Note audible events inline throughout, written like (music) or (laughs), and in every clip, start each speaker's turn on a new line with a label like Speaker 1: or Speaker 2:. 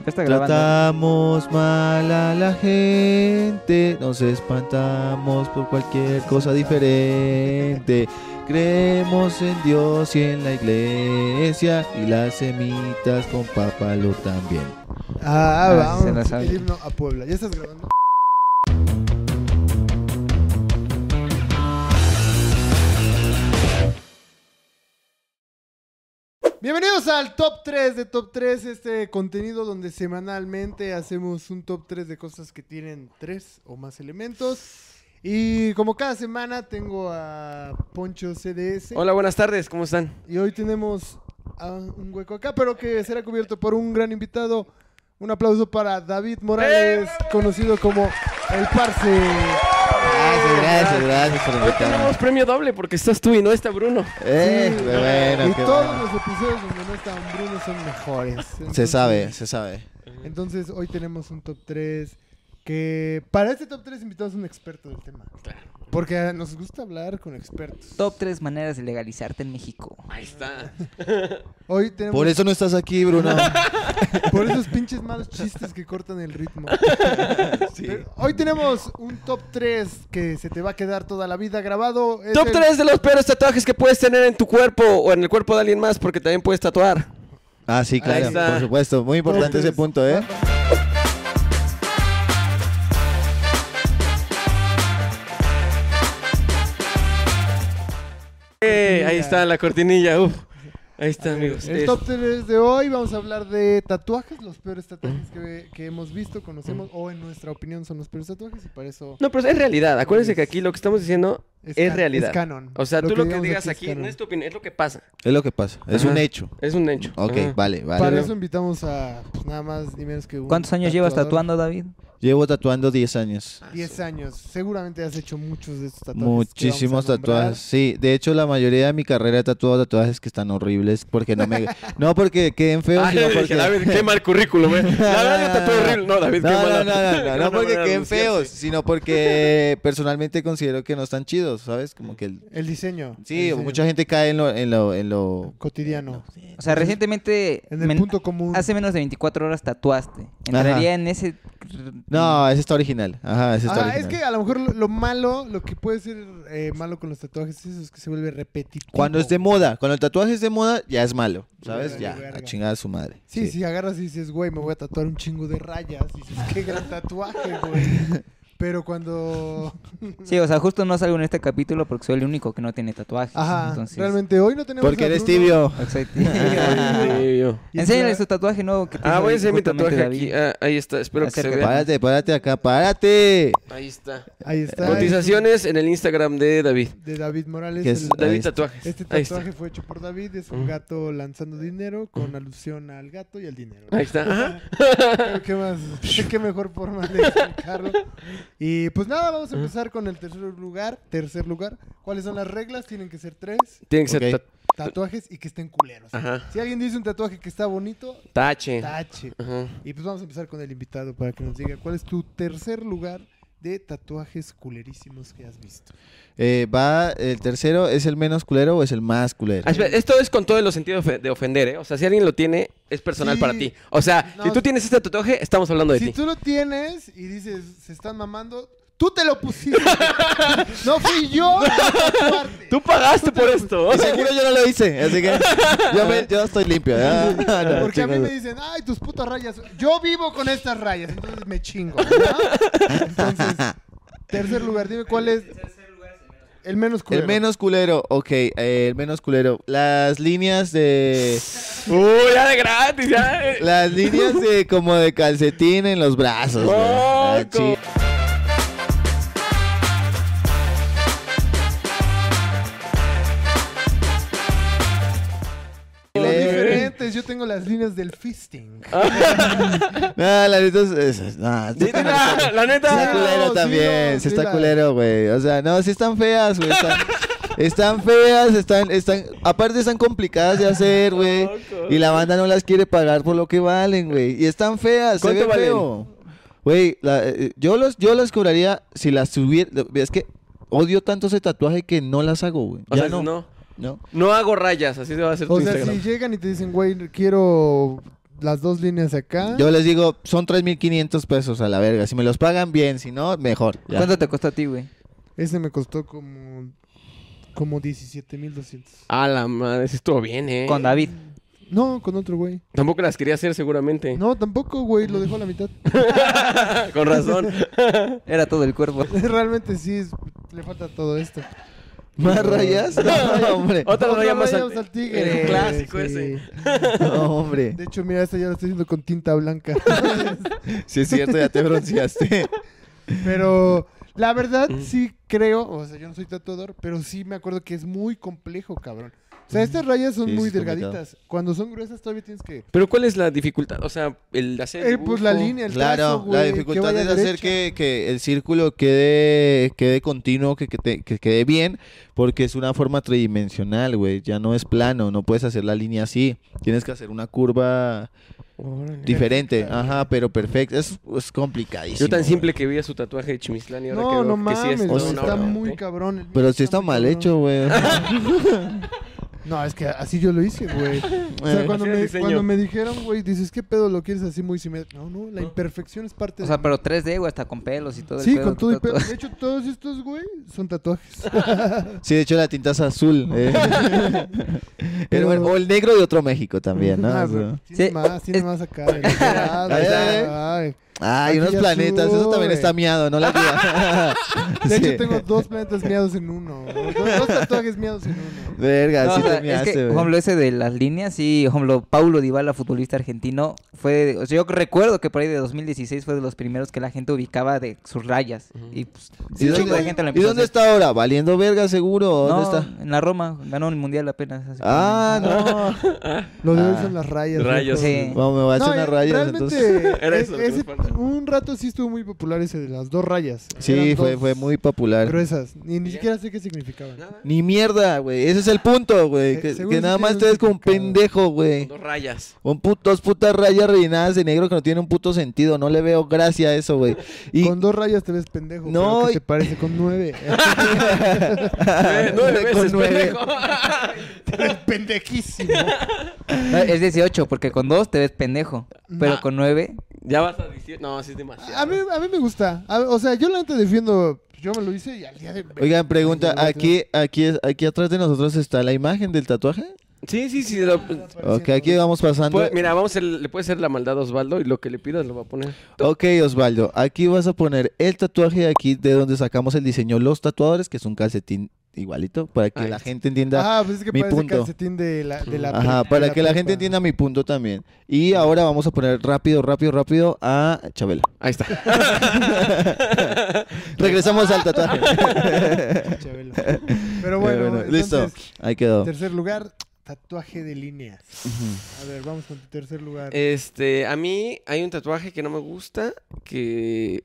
Speaker 1: Ya está grabando.
Speaker 2: Tratamos mal a la gente, nos espantamos por cualquier cosa diferente. Creemos en Dios y en la iglesia y las semitas con papalo también.
Speaker 3: Ah,
Speaker 1: Ah,
Speaker 3: vamos.
Speaker 1: se la sabe.
Speaker 3: El himno a Puebla. ¿Ya estás grabando? Bienvenidos al Top 3 de Top 3, este contenido donde semanalmente hacemos un Top 3 de cosas que tienen tres o más elementos. Y como cada semana tengo a Poncho CDS.
Speaker 4: Hola, buenas tardes, ¿cómo están?
Speaker 3: Y hoy tenemos a un hueco acá, pero que será cubierto por un gran invitado. Un aplauso para David Morales, conocido como El Parce.
Speaker 2: Gracias, gracias, gracias por
Speaker 4: Hoy tenemos
Speaker 2: invitarme.
Speaker 4: premio doble porque estás tú y no está Bruno.
Speaker 2: Eh,
Speaker 3: Sí.
Speaker 2: qué bueno,
Speaker 3: y
Speaker 2: qué
Speaker 3: todos
Speaker 2: bueno.
Speaker 3: los episodios donde no está Bruno son mejores.
Speaker 2: Se
Speaker 3: Entonces-
Speaker 2: sabe, se sabe.
Speaker 3: Entonces hoy tenemos un top 3 que para este top 3 invitamos a un experto del tema. Porque nos gusta hablar con expertos.
Speaker 5: Top 3 maneras de legalizarte en México.
Speaker 4: Ahí (laughs) está.
Speaker 3: Hoy tenemos
Speaker 2: Por este eso no estás aquí, (laughs) Bruno.
Speaker 3: Por esos pinches malos chistes que cortan
Speaker 2: (laughs)
Speaker 3: el ritmo. Pero Hoy tenemos un top 3 que se te va a quedar toda la vida grabado. Es
Speaker 4: Top
Speaker 3: el-
Speaker 4: 3 de los peores tatuajes que puedes tener en tu cuerpo o en el cuerpo de alguien más porque también puedes tatuar.
Speaker 2: Ah, sí,
Speaker 4: Ahí
Speaker 2: claro,
Speaker 4: está.
Speaker 2: por supuesto. Muy importante ese
Speaker 3: Entonces,
Speaker 2: punto, ¿eh?
Speaker 4: Eh, ahí está la cortinilla, uf. Ahí está, amigos.
Speaker 3: El
Speaker 4: Eh,
Speaker 3: top 3 de hoy vamos a hablar de tatuajes, los peores tatuajes que, que hemos visto, conocemos o en nuestra opinión son los peores tatuajes y para eso
Speaker 4: No, pero es realidad. Acuérdense que aquí lo que estamos diciendo es,
Speaker 3: can-
Speaker 4: realidad.
Speaker 3: Es canon.
Speaker 4: O sea, tú lo que
Speaker 3: digamos
Speaker 4: digas
Speaker 3: es
Speaker 4: aquí
Speaker 3: canon.
Speaker 4: no es tu opinión, es lo que pasa.
Speaker 2: Es lo que pasa. Es
Speaker 4: Ajá.
Speaker 2: un hecho.
Speaker 4: Es un hecho.
Speaker 2: Ok,
Speaker 4: Ajá.
Speaker 2: vale, vale.
Speaker 3: Para
Speaker 4: Vale.
Speaker 3: eso invitamos a pues, nada más ni menos que un
Speaker 5: ¿Cuántos años llevas
Speaker 3: tatuador.
Speaker 5: tatuando, David?
Speaker 2: Llevo tatuando 10 años.
Speaker 4: Ah,
Speaker 3: 10 años. Seguramente has hecho muchos de estos tatuajes. que vamos a
Speaker 2: Muchísimos
Speaker 3: nombrar.
Speaker 2: tatuajes, sí. De hecho, la mayoría de mi carrera he tatuado tatuajes que están horribles porque no
Speaker 4: (laughs)
Speaker 2: me... no porque queden feos,
Speaker 4: Ay, (laughs)
Speaker 2: sino
Speaker 4: dije,
Speaker 2: porque...
Speaker 4: Ah,
Speaker 2: (laughs)
Speaker 4: David, qué mal currículum, güey. La verdad, yo tatué horrible. No, David,
Speaker 2: no,
Speaker 4: qué
Speaker 2: no,
Speaker 4: mala-
Speaker 2: no, no, no,
Speaker 4: qué
Speaker 2: no,
Speaker 4: buena
Speaker 2: porque
Speaker 4: manera de
Speaker 2: queden
Speaker 4: anunciarse.
Speaker 2: feos, sino
Speaker 4: (laughs)
Speaker 2: porque personalmente considero que no están chidos, ¿sabes? Como que... el-
Speaker 3: El diseño. el
Speaker 2: Sí,
Speaker 3: diseño
Speaker 2: mucha gente cae en lo... En lo, en lo...
Speaker 3: Cotidiano.
Speaker 5: O sea, recientemente,
Speaker 3: En el
Speaker 5: men-
Speaker 3: punto común.
Speaker 5: hace menos de 24 horas tatuaste. ¿Entraría en ese...?
Speaker 4: Mm.
Speaker 2: No, ese está original. Ajá, ese está
Speaker 3: Ah, es
Speaker 2: original.
Speaker 3: que a lo mejor lo, lo malo, lo que puede ser eh, malo con los tatuajes es, eso, es que se vuelve repetitivo.
Speaker 2: Cuando es de moda, cuando el tatuaje es de moda, ya es malo, ¿sabes?
Speaker 3: Verga,
Speaker 2: Ya,
Speaker 3: verga.
Speaker 2: a chingar a su madre.
Speaker 3: Sí, sí, agarras y dices, güey, me voy a tatuar un chingo de rayas. Y dices, qué gran tatuaje,
Speaker 2: (laughs)
Speaker 3: güey. Pero cuando...
Speaker 5: Sí, o sea, justo no salgo en este capítulo porque soy el único que no tiene tatuajes.
Speaker 3: Ajá,
Speaker 5: entonces...
Speaker 3: realmente hoy no tenemos...
Speaker 2: Porque
Speaker 3: a
Speaker 2: eres
Speaker 3: Bruno.
Speaker 2: tibio.
Speaker 3: (laughs)
Speaker 5: Exacto.
Speaker 2: (laughs)
Speaker 5: (laughs)
Speaker 4: Sí, yo.
Speaker 3: Y
Speaker 5: Enséñale
Speaker 3: está-
Speaker 5: su tatuaje nuevo que
Speaker 4: Ah,
Speaker 5: tiene
Speaker 4: voy a hacer mi
Speaker 5: justamente
Speaker 4: tatuaje
Speaker 5: David.
Speaker 4: aquí. Ah, ahí está, espero que se
Speaker 5: Acércate.
Speaker 4: vea.
Speaker 2: Párate, párate acá, párate.
Speaker 4: Ahí está.
Speaker 3: Ahí está.
Speaker 4: Cotizaciones en el Instagram de David.
Speaker 3: De David Morales.
Speaker 2: Que es-
Speaker 3: el-
Speaker 2: Ahí
Speaker 4: David
Speaker 2: está.
Speaker 4: Tatuajes.
Speaker 3: Este
Speaker 4: Ahí está.
Speaker 3: tatuaje fue hecho por David, es un
Speaker 4: Ujú.
Speaker 3: gato lanzando dinero con alusión al gato y al dinero.
Speaker 4: Ahí está. Ajá.
Speaker 3: Creo que más, (laughs) qué mejor forma de
Speaker 4: (laughs)
Speaker 3: explicarlo. Y pues nada, vamos a empezar con el tercer lugar. Tercer lugar. ¿Cuáles son las reglas? Tienen que ser tres
Speaker 4: Tiene que ser
Speaker 2: Ok.
Speaker 4: ta-
Speaker 3: tatuajes y que estén culeros.
Speaker 4: Ajá.
Speaker 3: Si alguien dice un tatuaje que está bonito,
Speaker 4: tache.
Speaker 3: tache.
Speaker 4: Ajá.
Speaker 3: Y pues vamos a empezar con el invitado para que nos diga cuál es tu tercer lugar de tatuajes culerísimos que has visto.
Speaker 2: Eh, va, el tercero, ¿es el menos culero o es el más culero?
Speaker 4: Ah, espera, Esto es con todo el sentido de ofe- de ofender, ¿eh? O sea, si alguien lo tiene, es personal
Speaker 3: Sí.
Speaker 4: para ti. O sea,
Speaker 3: No,
Speaker 4: si tú tienes este tatuaje, estamos hablando de
Speaker 3: Si
Speaker 4: ti.
Speaker 3: tú lo tienes y dices, se están mamando, tú te lo
Speaker 4: (laughs)
Speaker 3: pusiste. no fui yo. tatuarte.
Speaker 4: Tú pagaste
Speaker 3: (laughs)
Speaker 4: por esto.
Speaker 2: Y seguro yo no lo hice, así que yo, me- yo estoy limpio. ¿eh? (laughs)
Speaker 3: (laughs)
Speaker 2: No,
Speaker 3: Porque a mí
Speaker 2: chingos.
Speaker 3: me dicen, ay, tus putas rayas. Yo vivo con estas rayas, entonces me chingo. ¿no? Entonces, tercer lugar, dime cuál es. El menos culero.
Speaker 2: El menos culero, ok, eh, el menos culero. Las líneas de...
Speaker 4: Uy, ya de gratis, ya. eh.
Speaker 2: Las líneas de como de calcetín en los brazos. güey. Ah,
Speaker 4: Loco.
Speaker 2: chi-
Speaker 3: Son diferentes. Yo tengo las líneas del fisting.
Speaker 2: Ah, No, la neta es- es- es- no,
Speaker 4: Sí,
Speaker 2: está
Speaker 4: la, la
Speaker 2: está
Speaker 4: neta.
Speaker 2: culero
Speaker 3: no, sí,
Speaker 2: también,
Speaker 3: no,
Speaker 2: sí
Speaker 3: sí,
Speaker 2: está
Speaker 3: la-
Speaker 2: culero, güey. O sea, no, sí están feas, güey. Están, están feas, están, están, aparte están complicadas de hacer, güey. Y la banda no las quiere pagar por lo que valen, güey. Y están feas, se
Speaker 4: ¿Cuánto
Speaker 2: ve
Speaker 4: valen?
Speaker 2: feo. Güey, la- eh, yo los, yo las cobraría si las tuviera. Es que odio tanto ese tatuaje que no las hago, güey.
Speaker 4: O
Speaker 2: Ya
Speaker 4: sea,
Speaker 2: no.
Speaker 4: no.
Speaker 2: no.
Speaker 4: No hago rayas, así se va a hacer tu
Speaker 3: O sea,
Speaker 4: Instagram.
Speaker 3: si llegan y te dicen, güey, quiero las dos líneas acá.
Speaker 2: Yo les digo, son 3.500 pesos a la verga. Si me los pagan bien, si no, mejor. Ya.
Speaker 5: ¿Cuánto te costó a ti, güey?
Speaker 3: Ese me costó como, como 17.200.
Speaker 4: A la madre, sí estuvo bien, ¿eh?
Speaker 5: Con David.
Speaker 3: No, con otro güey.
Speaker 4: Tampoco las quería hacer seguramente.
Speaker 3: No, tampoco, güey, lo dejó a la mitad. (laughs)
Speaker 4: (laughs) Con razón.
Speaker 5: Era todo el
Speaker 3: (laughs)
Speaker 5: cuerpo.
Speaker 3: Realmente sí, es- le falta todo esto.
Speaker 2: ¿Más rayas? No, hombre.
Speaker 4: Otra
Speaker 3: Otra
Speaker 4: raya más
Speaker 3: raya
Speaker 4: al-
Speaker 3: más al tigre.
Speaker 4: el clásico
Speaker 3: Sí.
Speaker 4: ese.
Speaker 2: No, hombre.
Speaker 3: De hecho, mira, esta ya la estoy haciendo con
Speaker 2: (laughs)
Speaker 3: tinta blanca.
Speaker 2: Si es cierto, ya te bronceaste.
Speaker 3: Pero la verdad sí creo, o sea, yo no soy tatuador, pero sí me acuerdo que es muy complejo, cabrón. O sea, estas rayas son
Speaker 2: Sí, sí
Speaker 3: muy
Speaker 2: es complicado.
Speaker 3: delgaditas. Cuando son gruesas todavía tienes que...
Speaker 4: Pero ¿cuál es la dificultad? O sea, el hacer.
Speaker 3: Eh, pues (laughs) la
Speaker 4: dibujo.
Speaker 3: línea, el
Speaker 2: Claro,
Speaker 3: trazo,
Speaker 2: la
Speaker 3: güey, que
Speaker 2: dificultad
Speaker 3: vaya
Speaker 2: es hacer
Speaker 3: derecha.
Speaker 2: que, que el círculo quede, quede continuo, que, que te- que quede bien, porque es una forma tridimensional, güey. Ya no es plano, no puedes hacer la línea así. Tienes que hacer una curva
Speaker 4: Órale.
Speaker 2: diferente, ajá, pero perfecta. Es, es complicadísimo.
Speaker 4: Yo tan
Speaker 2: güey.
Speaker 4: simple que vi su tatuaje de Chimislán y ahora que
Speaker 3: No,
Speaker 4: veo
Speaker 3: no
Speaker 4: que sí ¿eh?
Speaker 3: mames,
Speaker 4: es
Speaker 3: güey,
Speaker 4: toda
Speaker 2: no,
Speaker 4: una
Speaker 3: está
Speaker 4: obra de
Speaker 3: muy
Speaker 4: arte.
Speaker 3: cabrón. el mío
Speaker 2: Pero sí está
Speaker 3: muy
Speaker 2: mal
Speaker 3: cabrón.
Speaker 2: hecho,
Speaker 4: (laughs)
Speaker 2: güey. (laughs)
Speaker 3: No, es que así yo lo hice, güey. O
Speaker 2: Eh.
Speaker 3: sea, cuando
Speaker 4: Así era el
Speaker 3: me,
Speaker 4: diseño.
Speaker 3: cuando me dijeron, güey, dices, ¿qué pedo lo quieres así muy simétrico? No, no, la imperfección es parte
Speaker 5: O
Speaker 3: de...
Speaker 5: sea, pero 3D, güey, hasta con pelos y todo. el
Speaker 3: sí,
Speaker 5: pedo,
Speaker 3: con todo
Speaker 5: todo-
Speaker 3: y pedo. De hecho, todos estos, güey, son tatuajes.
Speaker 2: Sí, de hecho la tinta es azul. eh.
Speaker 4: (laughs)
Speaker 3: Pero-
Speaker 2: El- o el negro de otro México también, ¿no?
Speaker 3: (laughs) Ah,
Speaker 2: O sea,
Speaker 3: güey, Tiene
Speaker 5: Sí,
Speaker 3: más, tiene
Speaker 5: es-
Speaker 3: más acá. el dorado,
Speaker 2: Ay, ay,
Speaker 3: ay.
Speaker 2: Ay,
Speaker 3: Aquí
Speaker 2: unos
Speaker 3: ya
Speaker 2: planetas.
Speaker 3: sube.
Speaker 2: Eso también está miado, no la ayuda.
Speaker 3: (laughs) De
Speaker 2: Sí.
Speaker 3: hecho, tengo dos planetas miados en uno. Dos, dos tatuajes miados en uno.
Speaker 2: Verga,
Speaker 5: No,
Speaker 2: Ah, sí
Speaker 5: o sea,
Speaker 2: te
Speaker 5: es
Speaker 2: miaste,
Speaker 5: que, por
Speaker 2: güey.
Speaker 5: ejemplo, ese de las líneas, sí, por ejemplo, Paulo Dybala, futbolista argentino, fue, o sea, yo recuerdo que por ahí de 2016 fue de los primeros que la gente ubicaba de sus rayas. Y pues,
Speaker 2: ¿Y
Speaker 5: un
Speaker 2: dónde,
Speaker 5: chingo de gente lo
Speaker 2: ¿y
Speaker 5: empezó a
Speaker 2: dónde
Speaker 5: hacer.
Speaker 2: está ahora? ¿Valiendo verga seguro? ¿Dónde
Speaker 5: No,
Speaker 2: está?
Speaker 5: En la Roma, ganó el mundial apenas. hace
Speaker 2: Ah,
Speaker 5: poco.
Speaker 2: no.
Speaker 3: Lo de hoy
Speaker 2: Ah.
Speaker 3: son las rayas.
Speaker 4: Rayos.
Speaker 3: loco.
Speaker 5: Sí.
Speaker 2: Vamos, me voy a hacer
Speaker 3: No,
Speaker 2: unas
Speaker 3: eh,
Speaker 2: rayas
Speaker 3: realmente,
Speaker 2: entonces.
Speaker 4: (laughs) Era
Speaker 3: eh,
Speaker 4: eso lo que
Speaker 3: ese-
Speaker 4: nos falta.
Speaker 3: un rato sí estuvo muy popular ese de las dos rayas.
Speaker 2: Sí,
Speaker 3: Eran
Speaker 2: fue,
Speaker 3: dos
Speaker 2: fue muy popular.
Speaker 3: gruesas. Ni, ni
Speaker 4: Ya.
Speaker 3: siquiera sé qué significaban.
Speaker 4: Nada,
Speaker 2: Ni mierda, güey. Ese es el punto, güey.
Speaker 3: Eh,
Speaker 2: Que,
Speaker 3: seguro
Speaker 2: que
Speaker 3: sí
Speaker 2: nada
Speaker 3: tiene
Speaker 2: más
Speaker 3: un
Speaker 2: te ves como un
Speaker 3: significado.
Speaker 2: pendejo, güey.
Speaker 4: con dos rayas.
Speaker 2: Un pu- dos putas rayas rellenadas de negro que no tiene un puto sentido. No le veo gracia a eso, güey. Y (laughs)
Speaker 3: Con dos rayas te ves pendejo.
Speaker 2: No,
Speaker 3: pero ¿qué
Speaker 2: y-
Speaker 3: te parece
Speaker 2: (laughs)
Speaker 3: con nueve? Ah,
Speaker 4: Eh, nueve
Speaker 2: Con
Speaker 4: veces,
Speaker 2: nueve.
Speaker 4: pendejo.
Speaker 3: Pendejísimo.
Speaker 5: No, Es 18, porque con dos te ves pendejo, pero
Speaker 4: Ah.
Speaker 5: con nueve
Speaker 4: (laughs) Ya vas a decir. No, así es demasiado.
Speaker 3: A mí, a mí me gusta. A- o sea, yo la neta defiendo. Yo me este lo hice y al día de
Speaker 2: Oigan, pregunta,
Speaker 3: Ay, güey,
Speaker 2: aquí, aquí, aquí atrás de nosotros está la imagen del tatuaje.
Speaker 4: Sí, sí,
Speaker 3: (laughs)
Speaker 4: sí. lo-
Speaker 2: Ok, aquí vamos pasando.
Speaker 4: Pues, mira, vamos a- le puede hacer la maldad a Osvaldo y lo que le pidas lo va a poner.
Speaker 2: Ok, Osvaldo, aquí vas a poner el tatuaje de aquí de donde sacamos el diseño Los Tatuadores, que es un calcetín igualito, para que
Speaker 4: Ay,
Speaker 2: la
Speaker 4: sí.
Speaker 2: gente entienda.
Speaker 3: Ah, pues es que
Speaker 2: mi
Speaker 3: parece
Speaker 2: punto.
Speaker 3: calcetín de la, de la pre-
Speaker 2: Ajá,
Speaker 3: de
Speaker 2: para que la
Speaker 3: prepa.
Speaker 2: gente entienda mi punto también. Y ahora vamos a poner rápido, rápido, rápido a Chabela.
Speaker 4: (laughs) Ahí está.
Speaker 2: Regresamos al tatuaje. (laughs)
Speaker 3: Chabelo. (laughs) Pero bueno,
Speaker 2: Pero Eh, bueno, (laughs) listo,
Speaker 3: entonces,
Speaker 2: ahí quedó.
Speaker 3: Tercer lugar, tatuaje de líneas. A ver, vamos con tu tercer lugar.
Speaker 2: Eh,
Speaker 4: Este, a mí hay un tatuaje que no me gusta, que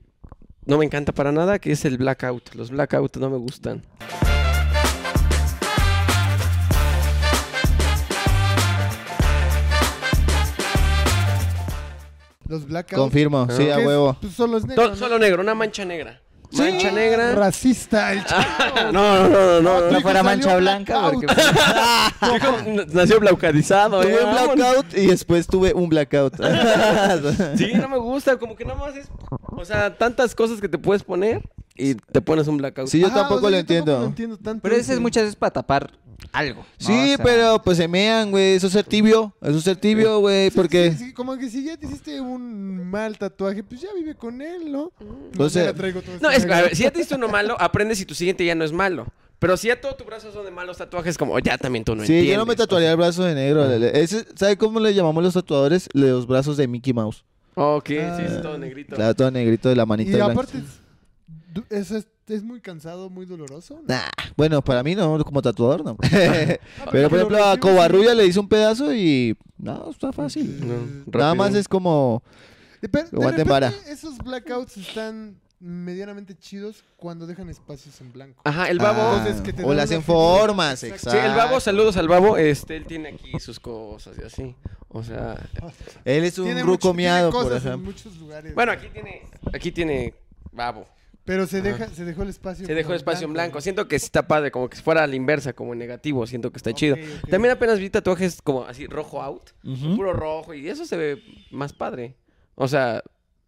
Speaker 4: no me encanta para nada, que es el blackout. Los blackout no me gustan.
Speaker 3: Los blackouts.
Speaker 2: Confirmo, sí,
Speaker 4: Ah.
Speaker 2: a
Speaker 3: que es-
Speaker 2: huevo.
Speaker 3: pues solo es negro.
Speaker 4: To-
Speaker 3: ¿no?
Speaker 4: Solo negro, una mancha negra.
Speaker 3: Sí,
Speaker 4: Mancha negra. Ah.
Speaker 3: Racista el chavo.
Speaker 4: (laughs) No, no, no, no, no.
Speaker 3: tu
Speaker 5: No
Speaker 4: no.
Speaker 3: hijo
Speaker 5: fuera
Speaker 3: salió
Speaker 5: mancha blanca,
Speaker 3: blackout.
Speaker 5: porque (laughs)
Speaker 4: Hijo, Nació blaucadizado, eh.
Speaker 2: Tuve un
Speaker 4: vámonos.
Speaker 2: blackout y después tuve un (laughs)
Speaker 3: (laughs)
Speaker 2: blackout.
Speaker 4: Sí, no me gusta, como que nada más es. O sea, tantas cosas que te puedes poner y te pones un blackout.
Speaker 2: Sí, yo
Speaker 3: Ajá,
Speaker 2: tampoco
Speaker 3: Ah, o sea,
Speaker 2: lo
Speaker 3: yo
Speaker 2: entiendo.
Speaker 3: lo entiendo tanto.
Speaker 5: Pero ese es
Speaker 3: eso.
Speaker 5: muchas veces para tapar algo. ¿no?
Speaker 2: Sí,
Speaker 5: O sea,
Speaker 2: pero pues se mean, güey. Eso es ser tibio. Eso es ser tibio, güey. Porque.
Speaker 3: Sí, sí, como que si ya te hiciste un mal tatuaje, pues ya vive con él, ¿no?
Speaker 2: O sea-
Speaker 3: ya traigo todo
Speaker 4: Mm. No,
Speaker 3: este
Speaker 4: es que, a ver,
Speaker 3: negro.
Speaker 4: si ya te diste uno malo, aprendes si tu siguiente ya no es malo. Pero si ya todo tu brazo son de malos tatuajes, como ya también tú no
Speaker 2: sí,
Speaker 4: entiendes.
Speaker 2: yo no me tatuaría el brazo de
Speaker 3: Ah.
Speaker 2: negro. le- le- Ese, ¿Sabe cómo le llamamos los tatuadores? Los brazos de Mickey Mouse.
Speaker 4: Ok, sí,
Speaker 3: Ah.
Speaker 4: sí, todo negrito.
Speaker 2: Claro, todo negrito de la manita
Speaker 3: Y
Speaker 2: blanca.
Speaker 3: aparte, es- du- eso es, es muy cansado, muy doloroso. ¿no?
Speaker 2: Nah, bueno, para mí no, como tatuador
Speaker 3: (laughs)
Speaker 2: no. Pero
Speaker 3: Ah, lo
Speaker 2: por ejemplo, a
Speaker 3: recibo,
Speaker 2: Covarrulla le hice un pedazo y. No, está fácil.
Speaker 3: Mm,
Speaker 4: No,
Speaker 2: Mm, Nada
Speaker 4: rápido.
Speaker 2: más es como.
Speaker 3: De, pe- de
Speaker 2: Aguante
Speaker 3: repente,
Speaker 2: vara.
Speaker 3: esos blackouts están medianamente chidos cuando dejan espacios en blanco.
Speaker 4: Ajá, el babo.
Speaker 2: ah,
Speaker 3: entonces, que te
Speaker 2: o
Speaker 3: dan
Speaker 2: le
Speaker 3: una
Speaker 2: hacen
Speaker 3: figura.
Speaker 2: formas,
Speaker 3: Exacto.
Speaker 2: exacto.
Speaker 4: Sí, el babo, saludos al babo. Este, él tiene aquí sus cosas y así. O sea.
Speaker 2: Él es un
Speaker 3: Tiene mucho-
Speaker 2: ruco
Speaker 3: tiene
Speaker 2: miado, por
Speaker 3: cosas en
Speaker 2: ejemplo.
Speaker 3: muchos lugares.
Speaker 4: Bueno, aquí tiene. Aquí tiene babo.
Speaker 3: Pero se, deja, se dejó el espacio.
Speaker 4: Se dejó
Speaker 3: como
Speaker 4: espacio en blanco. Siento que sí está padre, como que fuera a la inversa, como en negativo. Siento que está
Speaker 3: Ok,
Speaker 4: chido.
Speaker 3: ok.
Speaker 4: También apenas vi tatuajes como así, rojo out,
Speaker 2: Ujú.
Speaker 4: puro rojo, y eso se ve más padre. O sea,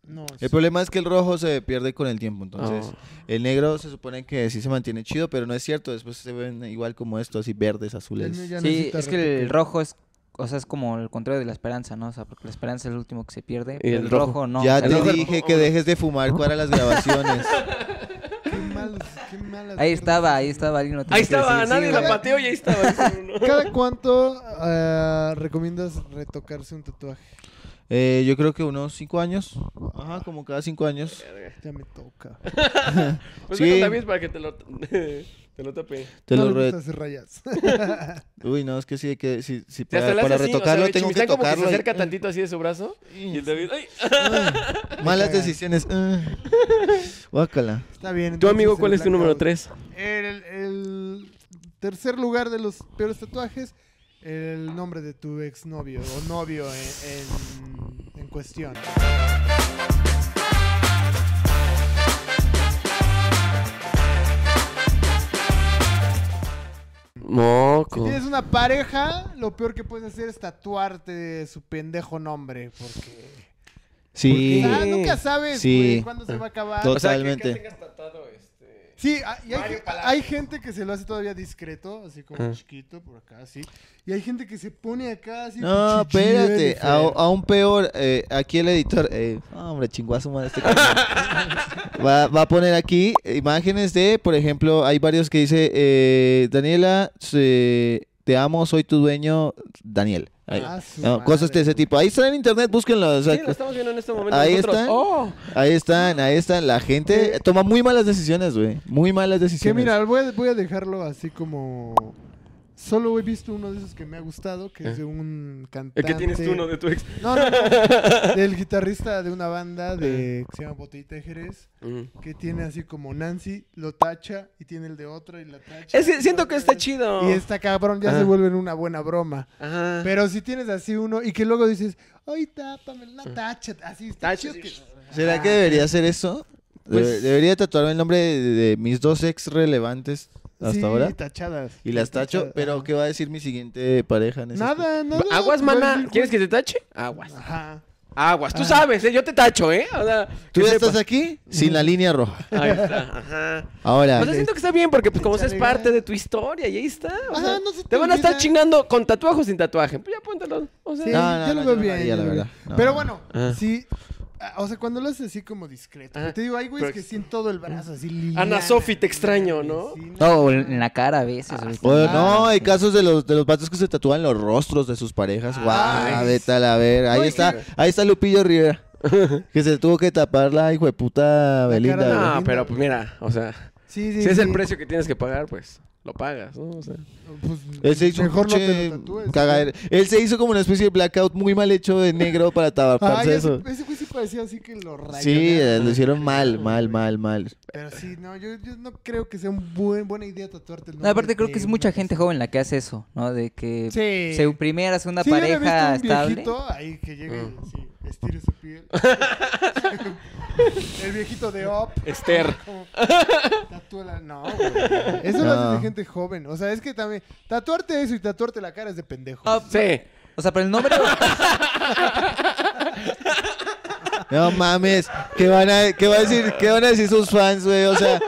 Speaker 3: No, sí.
Speaker 2: El problema es que el rojo se pierde con el tiempo, entonces
Speaker 5: Ah.
Speaker 4: Oh.
Speaker 2: el negro se supone que sí se mantiene chido, pero no es cierto, después se ven igual como esto, así verdes,
Speaker 3: El
Speaker 2: azules.
Speaker 3: mío ya
Speaker 5: Sí,
Speaker 3: necesita
Speaker 5: es que el
Speaker 3: retoque.
Speaker 5: rojo es, o sea, es como el contrario de la esperanza, ¿no? O sea, porque la esperanza es el último que se pierde.
Speaker 4: Y
Speaker 5: pero
Speaker 4: el
Speaker 5: el
Speaker 4: rojo.
Speaker 5: rojo, no.
Speaker 2: ya
Speaker 5: El
Speaker 2: te
Speaker 5: rojo-
Speaker 2: dije que dejes de fumar para las
Speaker 5: (laughs)
Speaker 2: grabaciones.
Speaker 3: Qué malos, qué malas
Speaker 5: Ahí
Speaker 3: mierdas
Speaker 5: estaba, ahí
Speaker 3: hacen,
Speaker 5: estaba, alguien lo tenía
Speaker 4: ahí
Speaker 5: que
Speaker 4: estaba,
Speaker 5: decir, sí,
Speaker 4: nadie la
Speaker 5: güey.
Speaker 4: pateó y
Speaker 2: (laughs)
Speaker 4: ahí estaba. dice uno.
Speaker 3: güey. ¿Cada cuánto ah, recomiendas retocarse un tatuaje?
Speaker 2: Eh, yo creo que unos cinco años, ajá, como cada cinco años.
Speaker 3: Ya me toca.
Speaker 4: Pues
Speaker 2: Sí.
Speaker 4: ve con David para que te lo, (laughs) te lo tape.
Speaker 2: Te
Speaker 3: no
Speaker 2: lo
Speaker 3: le
Speaker 2: re-
Speaker 3: gusta hacer rayas.
Speaker 2: Uy, no, es que sí, hay que si, si
Speaker 4: Ya
Speaker 2: para,
Speaker 4: se le hace
Speaker 2: para
Speaker 4: así, o sea,
Speaker 2: retocarlo
Speaker 4: ve,
Speaker 2: tengo que
Speaker 4: Chimistán como
Speaker 2: tocarlo.
Speaker 4: se
Speaker 2: y-
Speaker 4: acerca tantito así de su brazo y el David, ¡ay!
Speaker 2: Ay, malas
Speaker 4: (laughs)
Speaker 2: decisiones. ah. Guácala.
Speaker 3: Está bien.
Speaker 4: ¿Tu
Speaker 3: entonces,
Speaker 4: amigo
Speaker 3: el
Speaker 4: cuál es tu número
Speaker 3: blackout.
Speaker 4: 3?
Speaker 3: El, el tercer lugar de los peores tatuajes, el nombre de tu exnovio o novio en, en- en cuestión. Si
Speaker 4: Moco.
Speaker 3: tienes una pareja, lo peor que puedes hacer es tatuarte su pendejo nombre, porque...
Speaker 2: Sí,
Speaker 4: ¿Por Ah,
Speaker 3: Ah,
Speaker 4: qué?
Speaker 3: nunca sabes,
Speaker 2: Sí.
Speaker 3: güey, cuándo se va a acabar.
Speaker 2: Tot- Totalmente.
Speaker 4: tratado este...
Speaker 3: Sí, ah, y hay,
Speaker 4: Mario
Speaker 3: ge-
Speaker 4: Palacio.
Speaker 3: hay gente que se lo hace todavía discreto, así como
Speaker 4: Ah.
Speaker 3: chiquito, por acá, así. Y hay gente que se pone acá, así.
Speaker 2: No,
Speaker 3: pinche
Speaker 2: espérate,
Speaker 3: Jennifer.
Speaker 2: a- aún peor, eh, aquí el editor, eh, no, hombre, chinguazo madre este cabrón. va, va a poner aquí imágenes de, por ejemplo, hay varios que dice, eh, Daniela, se- te amo, soy tu dueño, Daniel. Ahí.
Speaker 3: Ah, su
Speaker 2: No, cosas
Speaker 3: madre.
Speaker 2: de ese tipo. Ahí está en internet, búsquenlo. o sea,
Speaker 4: Sí, lo estamos viendo en este momento
Speaker 2: Ahí
Speaker 4: nosotros.
Speaker 2: está.
Speaker 4: ¡Oh!
Speaker 2: ahí están, ahí están. La gente toma muy malas decisiones, güey. Muy malas
Speaker 3: Que
Speaker 2: decisiones.
Speaker 3: mira, voy a, voy a dejarlo así como. Solo he visto uno de esos que me ha gustado, que es de un cantante.
Speaker 4: Eh. El que tienes tú, uno de tu ex.
Speaker 3: No, no,
Speaker 4: (laughs)
Speaker 3: no, Del guitarrista de una banda
Speaker 4: Eh.
Speaker 3: de, que se llama Botellita de Jerez, que tiene así como Nancy, lo tacha, y tiene el de otra y la tacha.
Speaker 4: Es que siento que está
Speaker 3: chido.
Speaker 4: chido.
Speaker 3: Y está cabrón, ya se
Speaker 4: Ajá.
Speaker 3: vuelve en una buena broma.
Speaker 4: Ajá.
Speaker 3: Pero si tienes así uno y que luego dices, ay, tápame la tacha, así está
Speaker 4: Tacha,
Speaker 3: chido
Speaker 4: sí.
Speaker 3: que-
Speaker 2: ¿Será que debería hacer eso? Debe-
Speaker 4: ah, Pues-
Speaker 2: debería tatuarme el nombre de, de mis dos ex relevantes hasta
Speaker 3: Sí,
Speaker 2: ahora.
Speaker 3: tachadas.
Speaker 2: Y las tacho,
Speaker 3: Tachadas,
Speaker 2: pero
Speaker 3: ajá.
Speaker 2: ¿qué va a decir mi siguiente pareja en ese aspecto?
Speaker 3: Nada, nada.
Speaker 4: Aguas, mana.
Speaker 3: Igual-
Speaker 4: ¿Quieres que te tache? Aguas.
Speaker 3: Ajá.
Speaker 4: Aguas.
Speaker 3: Ah.
Speaker 4: Tú sabes, ¿eh? yo te tacho, ¿eh? O sea,
Speaker 2: Tú
Speaker 4: que
Speaker 2: ya estás
Speaker 4: sepas.
Speaker 2: aquí sin la línea roja.
Speaker 4: Ahí está. Ajá.
Speaker 2: Ahora, eh,
Speaker 4: O sea, siento que está bien porque pues como
Speaker 3: Échale
Speaker 4: es parte
Speaker 3: ganas.
Speaker 4: de tu historia y ahí está. o
Speaker 3: Ajá,
Speaker 4: sea,
Speaker 3: no se
Speaker 4: te,
Speaker 3: te
Speaker 4: van a estar
Speaker 3: olvida.
Speaker 4: chingando con tatuaje o sin tatuaje. Pues ya póntelo. O sea,
Speaker 3: Sí,
Speaker 2: No, no, no,
Speaker 3: yo lo
Speaker 2: yo
Speaker 3: veo
Speaker 2: no lo
Speaker 3: bien.
Speaker 2: haría,
Speaker 3: yo
Speaker 2: la
Speaker 3: lo veo
Speaker 2: verdad.
Speaker 3: bien.
Speaker 2: No.
Speaker 3: Pero bueno,
Speaker 4: Ah.
Speaker 3: sí. ah, O sea, cuando lo haces así como discreto.
Speaker 4: Ajá.
Speaker 3: Te digo, hay güeyes
Speaker 4: Pero-
Speaker 3: que sí en todo el brazo, así
Speaker 4: Ana
Speaker 3: liviana,
Speaker 4: Sofi, te extraño, ¿no?
Speaker 3: sí,
Speaker 5: No, o en la cara a veces. güey.
Speaker 2: o- Pues, no, hay
Speaker 5: Sí.
Speaker 2: casos de los de los vatos que se tatúan los rostros de sus parejas.
Speaker 3: Ay.
Speaker 2: Guau, vete a la ver. Ahí
Speaker 3: No, y
Speaker 2: está, ahí está Lupillo Rivera. Que se tuvo que tapar la hijo de puta Belinda.
Speaker 3: cara de-
Speaker 2: güey.
Speaker 4: No,
Speaker 3: lindo,
Speaker 4: pero
Speaker 3: güey.
Speaker 4: pues mira, o sea,
Speaker 3: Sí, sí,
Speaker 4: si es el
Speaker 3: sí.
Speaker 4: precio que tienes que pagar, pues lo pagas, ¿no? O sea,
Speaker 3: Pues,
Speaker 2: Él se hizo
Speaker 3: mejor
Speaker 2: un
Speaker 3: no te
Speaker 2: pinche
Speaker 3: lo tatúes.
Speaker 2: cagadero. Él se hizo como una especie de blackout muy mal hecho de negro para
Speaker 3: (laughs) Ay,
Speaker 2: taparse
Speaker 3: ese-
Speaker 2: eso.
Speaker 3: Ese güey sí parecía así que lo rayonearon.
Speaker 2: Sí, eh, lo hicieron mal, mal, mal, mal.
Speaker 3: Pero sí, no, yo, yo no creo que sea una buen, buena idea tatuarte el
Speaker 5: No,
Speaker 3: nombre.
Speaker 5: aparte creo que
Speaker 3: de
Speaker 5: es
Speaker 3: una
Speaker 5: mucha
Speaker 3: persona.
Speaker 5: gente joven la que hace eso, ¿no? De que
Speaker 3: Sí.
Speaker 5: se primera hace una
Speaker 3: Sí, yo no he visto
Speaker 5: pareja
Speaker 3: un
Speaker 5: estable.
Speaker 3: viejito ahí que llegue
Speaker 4: Mm.
Speaker 3: y sí, estire su
Speaker 4: (laughs)
Speaker 3: piel. el viejito de Op.
Speaker 4: Esther.
Speaker 3: (laughs) como, Tatúala. No, güey. Eso lo hace
Speaker 2: No.
Speaker 3: de gente joven. O sea, es que también. Tatuarte eso y tatuarte la cara es de pendejo.
Speaker 5: No,
Speaker 4: sí.
Speaker 5: O sea, pero el
Speaker 3: (laughs)
Speaker 5: nombre
Speaker 2: No mames, ¿qué van a, qué va a decir, qué van a decir sus fans, güey? O sea,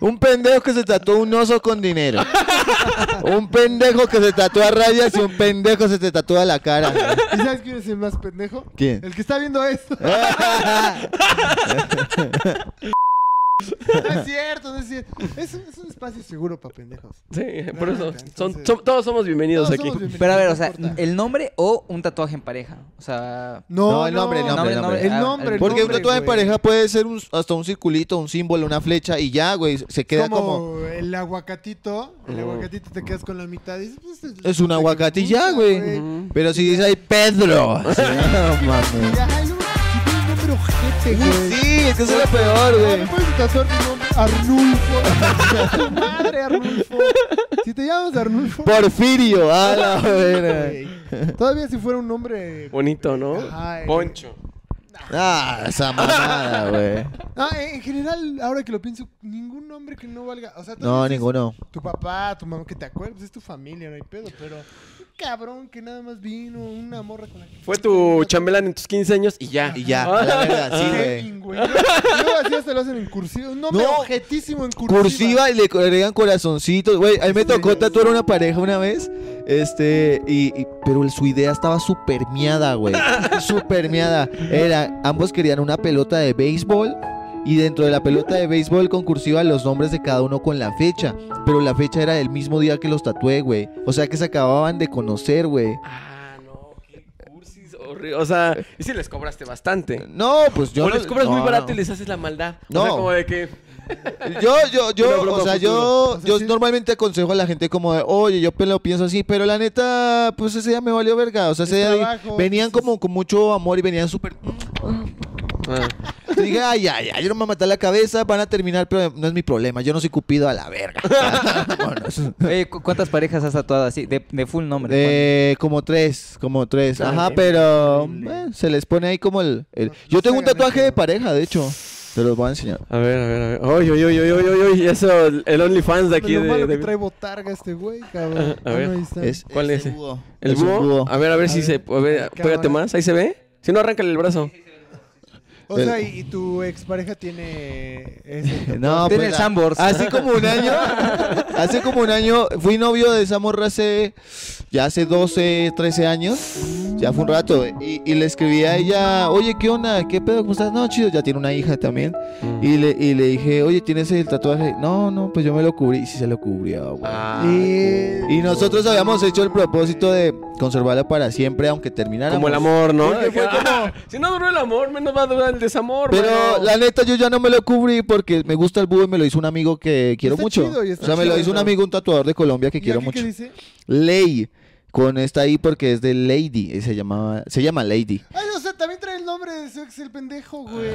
Speaker 2: un pendejo que se tatuó un oso con dinero. Un pendejo que se tatúa rayas y un pendejo se te tatúa la cara. güey.
Speaker 3: ¿Y sabes quién es el más pendejo?
Speaker 2: ¿Quién? (laughs)
Speaker 3: El que está viendo esto. (laughs) No es cierto, no es cierto. Es, un- es un espacio seguro para pendejos.
Speaker 4: Sí, por eso.
Speaker 3: neta,
Speaker 4: son-
Speaker 3: entonces-
Speaker 4: son- Ah, todos somos bienvenidos
Speaker 3: Todos
Speaker 4: aquí.
Speaker 3: somos bienvenidos,
Speaker 5: Pero a ver,
Speaker 3: no
Speaker 5: o sea,
Speaker 3: importa.
Speaker 5: el nombre o un tatuaje en pareja. O
Speaker 3: (laughs)
Speaker 5: sea,
Speaker 3: No,
Speaker 2: No, el nombre, el nombre, el nombre.
Speaker 3: El nombre, el
Speaker 2: Porque un
Speaker 3: nombre,
Speaker 2: tatuaje en
Speaker 3: güey.
Speaker 2: pareja puede ser un- hasta un circulito, un símbolo, una flecha y ya, güey. Se queda como...
Speaker 3: como el aguacatito. El
Speaker 4: Mm.
Speaker 3: aguacatito te quedas con la mitad y dices, pues,
Speaker 2: Es un aguacatilla, güey.
Speaker 4: Ujú.
Speaker 2: Pero si dice ahí Pedro. Sí, no mames.
Speaker 3: Ay, luego, si tiene un nombre ojete, güey.
Speaker 2: Sí, es que eso es lo peor,
Speaker 3: Ah,
Speaker 2: güey.
Speaker 3: ¿Me puedes tatuar mi nombre? Arnulfo. (laughs) tu madre, Arnulfo. Si te llamas Arnulfo.
Speaker 2: Porfirio, a
Speaker 3: (laughs)
Speaker 2: la verga.
Speaker 3: güey. Todavía si fuera un nombre.
Speaker 4: Bonito, ¿no?
Speaker 3: Ajá, el-
Speaker 4: Poncho.
Speaker 2: Ah, esa
Speaker 4: (laughs)
Speaker 2: mamada, güey.
Speaker 3: No, Ah, en en general, ahora que lo pienso, ningún nombre que no valga. O sea, tal
Speaker 2: No,
Speaker 3: vez es
Speaker 2: ninguno.
Speaker 3: Tu papá, tu mamá, que te acuerdes, es tu familia, no hay pedo, pero un cabrón que nada más vino, una morra con la que.
Speaker 4: Fue tu chambelán en tus 15 años y ya.
Speaker 2: Y ya, a la
Speaker 4: Ah.
Speaker 2: verga, Ah, sí, güey.
Speaker 3: Hemingway. Luego así hasta lo hacen en cursiva. Un nombre
Speaker 2: No.
Speaker 3: objetísimo en cursiva.
Speaker 2: Cursiva y le agregan corazoncitos, güey. A mí me tocó tatuar una pareja una vez. Este, y, y- pero su idea estaba súper miada,
Speaker 4: (laughs)
Speaker 2: güey. Súper miada. Era, ambos querían una pelota de béisbol. Y dentro de la pelota de béisbol con cursiva los nombres de cada uno con la fecha. Pero la fecha era el mismo día que los tatué, güey. O sea que se acababan de conocer, güey.
Speaker 4: Ah, no, qué cursis horrible. O sea, y si les cobraste bastante.
Speaker 2: No, pues yo.
Speaker 4: o
Speaker 2: no-
Speaker 4: les cobras muy
Speaker 2: no,
Speaker 4: barato
Speaker 2: no.
Speaker 4: y les haces la maldad.
Speaker 2: No.
Speaker 4: O sea, como de que.
Speaker 2: Yo, yo,
Speaker 4: Una
Speaker 2: yo,
Speaker 4: broma
Speaker 2: o sea,
Speaker 4: futuro.
Speaker 2: yo,
Speaker 3: O sea,
Speaker 2: yo
Speaker 3: sí.
Speaker 2: normalmente aconsejo a la gente como de, oye, yo pe- lo pienso así, pero la neta, pues ese día me valió verga. O sea, ese
Speaker 3: Es
Speaker 2: día di-
Speaker 3: trabajo,
Speaker 2: venían
Speaker 3: entonces-
Speaker 2: como con mucho amor y venían súper.
Speaker 4: Ah,
Speaker 2: Y dije, ay, ay, ay, yo no me voy a matar la cabeza, van a terminar, pero no es mi problema, yo no soy cupido a la
Speaker 3: (laughs)
Speaker 2: verga. Vámonos.
Speaker 5: Oye, ¿cu- ¿cuántas parejas has tatuado así? De, de full nombre.
Speaker 2: Eh, como tres, como tres.
Speaker 4: Ah,
Speaker 2: Ajá,
Speaker 4: bien,
Speaker 2: pero
Speaker 3: bien,
Speaker 2: eh,
Speaker 3: bien.
Speaker 2: se les pone ahí como el. el-
Speaker 3: No-
Speaker 2: Yo
Speaker 3: no
Speaker 2: tengo
Speaker 3: se
Speaker 2: un
Speaker 3: hagan
Speaker 2: tatuaje
Speaker 3: eso.
Speaker 2: de pareja, de hecho. Te los voy a enseñar.
Speaker 4: a ver, a ver, a ver. Oy, oy, oy, oy, oy, oy, oy. Eso, el OnlyFans de aquí
Speaker 3: Lo
Speaker 4: de.
Speaker 3: malo
Speaker 4: de-
Speaker 3: que trae botarga este güey,
Speaker 2: (laughs)
Speaker 3: cabrón.
Speaker 4: A ver,
Speaker 3: Bueno, ahí está.
Speaker 2: Es,
Speaker 4: ¿Cuál
Speaker 2: es de
Speaker 4: es?
Speaker 2: búho.
Speaker 4: El
Speaker 2: Es un
Speaker 4: búho.
Speaker 2: búho.
Speaker 4: A ver, a ver
Speaker 3: A
Speaker 4: si se.
Speaker 3: ver,
Speaker 4: A ver,
Speaker 3: cámara.
Speaker 4: pégate más. Ahí se ve. Si no, arráncale el brazo.
Speaker 3: O sea, y, y tu expareja tiene.
Speaker 2: (laughs)
Speaker 4: Eh,
Speaker 3: Ese
Speaker 2: No,
Speaker 5: Tiene
Speaker 2: pues,
Speaker 5: Sambors.
Speaker 2: Hace como un año, hace como un año, fui novio de esa morra hace, ya hace 12, 13 años, ya fue un rato, y, y le escribí a ella, oye, ¿qué onda? ¿Qué pedo? ¿Cómo estás? No, chido, ya tiene una hija también,
Speaker 4: Mm.
Speaker 2: y le, y le dije, oye, ¿tienes el tatuaje? No, no, pues yo me lo cubrí, y sí se lo cubrió, güey.
Speaker 4: Ah.
Speaker 3: Y,
Speaker 2: Y nosotros habíamos hecho el propósito de conservarla para siempre, aunque termináramos.
Speaker 4: Como el amor, ¿no? ah,
Speaker 2: Porque fue como-
Speaker 4: Si no duró el amor, menos va a durar el desamor.
Speaker 2: Pero
Speaker 4: mano.
Speaker 2: la neta yo ya no me lo cubrí porque me gusta el búho y me lo hizo un amigo que quiero
Speaker 3: Está
Speaker 2: mucho.
Speaker 3: chido, y
Speaker 2: o
Speaker 3: está
Speaker 2: sea, me lo
Speaker 3: chido,
Speaker 2: hizo un
Speaker 3: ¿no?
Speaker 2: amigo, un tatuador de Colombia que
Speaker 3: ¿Y
Speaker 2: quiero
Speaker 3: aquí
Speaker 2: mucho.
Speaker 3: ¿Qué dice?
Speaker 2: Ley. Con esta ahí porque es de Lady. y Se llamaba, se llama Lady.
Speaker 3: Ay, o sea, también trae el nombre de su ex, el pendejo, güey.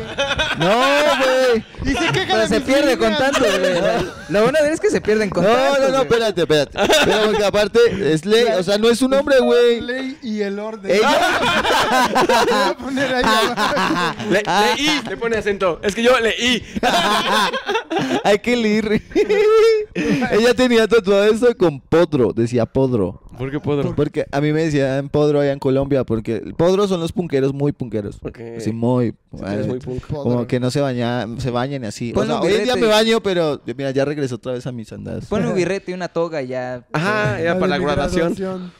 Speaker 2: No, güey.
Speaker 3: Y se queja
Speaker 5: Pero
Speaker 3: de
Speaker 5: se
Speaker 3: mis
Speaker 5: pierde con
Speaker 3: líneas,
Speaker 5: tanto,
Speaker 3: (laughs)
Speaker 5: güey. O sea, Lo bueno de él es que se pierden con
Speaker 2: No,
Speaker 5: tanto.
Speaker 2: no, no,
Speaker 5: güey.
Speaker 2: espérate, espérate. Pero porque aparte
Speaker 3: (laughs)
Speaker 2: es Ley, o sea, no es un hombre, güey.
Speaker 3: Ley y el orden.
Speaker 2: Ella,
Speaker 3: (laughs) Voy a poner ahí abajo.
Speaker 4: Ah, Le,
Speaker 2: Ah.
Speaker 4: leí, le pone acento. Es que yo leí.
Speaker 2: (laughs) hay que leer. (laughs) Ella tenía tatuado eso con Podro, decía Podro.
Speaker 4: ¿Por qué puedo?
Speaker 2: Porque a mí me decían Podro allá en Colombia, porque el Podro son los punqueros muy punqueros.
Speaker 4: Ok.
Speaker 2: Sí, muy. eh,
Speaker 4: Eres muy punk.
Speaker 2: Como que no se baña, se bañan y así. O
Speaker 5: Ponle
Speaker 2: sea,
Speaker 5: un
Speaker 2: hoy en día
Speaker 5: birrete.
Speaker 2: me baño, pero mira, ya regresé otra vez a mis andadas.
Speaker 5: Pon (laughs) un birrete y una toga y ya. (laughs)
Speaker 2: Ah,
Speaker 4: Ajá, era
Speaker 3: de
Speaker 4: para la
Speaker 3: mi
Speaker 4: graduación.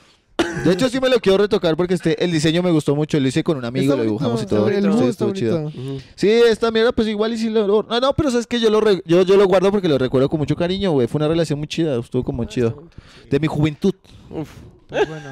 Speaker 2: De hecho, sí me lo quiero retocar porque este, el diseño me gustó mucho. Lo hice con un amigo,
Speaker 3: Está
Speaker 2: lo dibujamos y
Speaker 3: bonito,
Speaker 2: todo.
Speaker 3: está
Speaker 2: Sí,
Speaker 3: bonito. El
Speaker 2: estuvo
Speaker 3: mundo está bonito.
Speaker 4: Ujú.
Speaker 2: Sí, esta mierda, pues igual y sí lo. lo- No, no, pero sabes que yo lo, re- yo, yo lo guardo porque lo recuerdo con mucho cariño, güey. Fue una relación muy chida, estuvo
Speaker 4: Ah,
Speaker 2: como chido. De mi juventud.
Speaker 4: Uf.
Speaker 3: Pues bueno,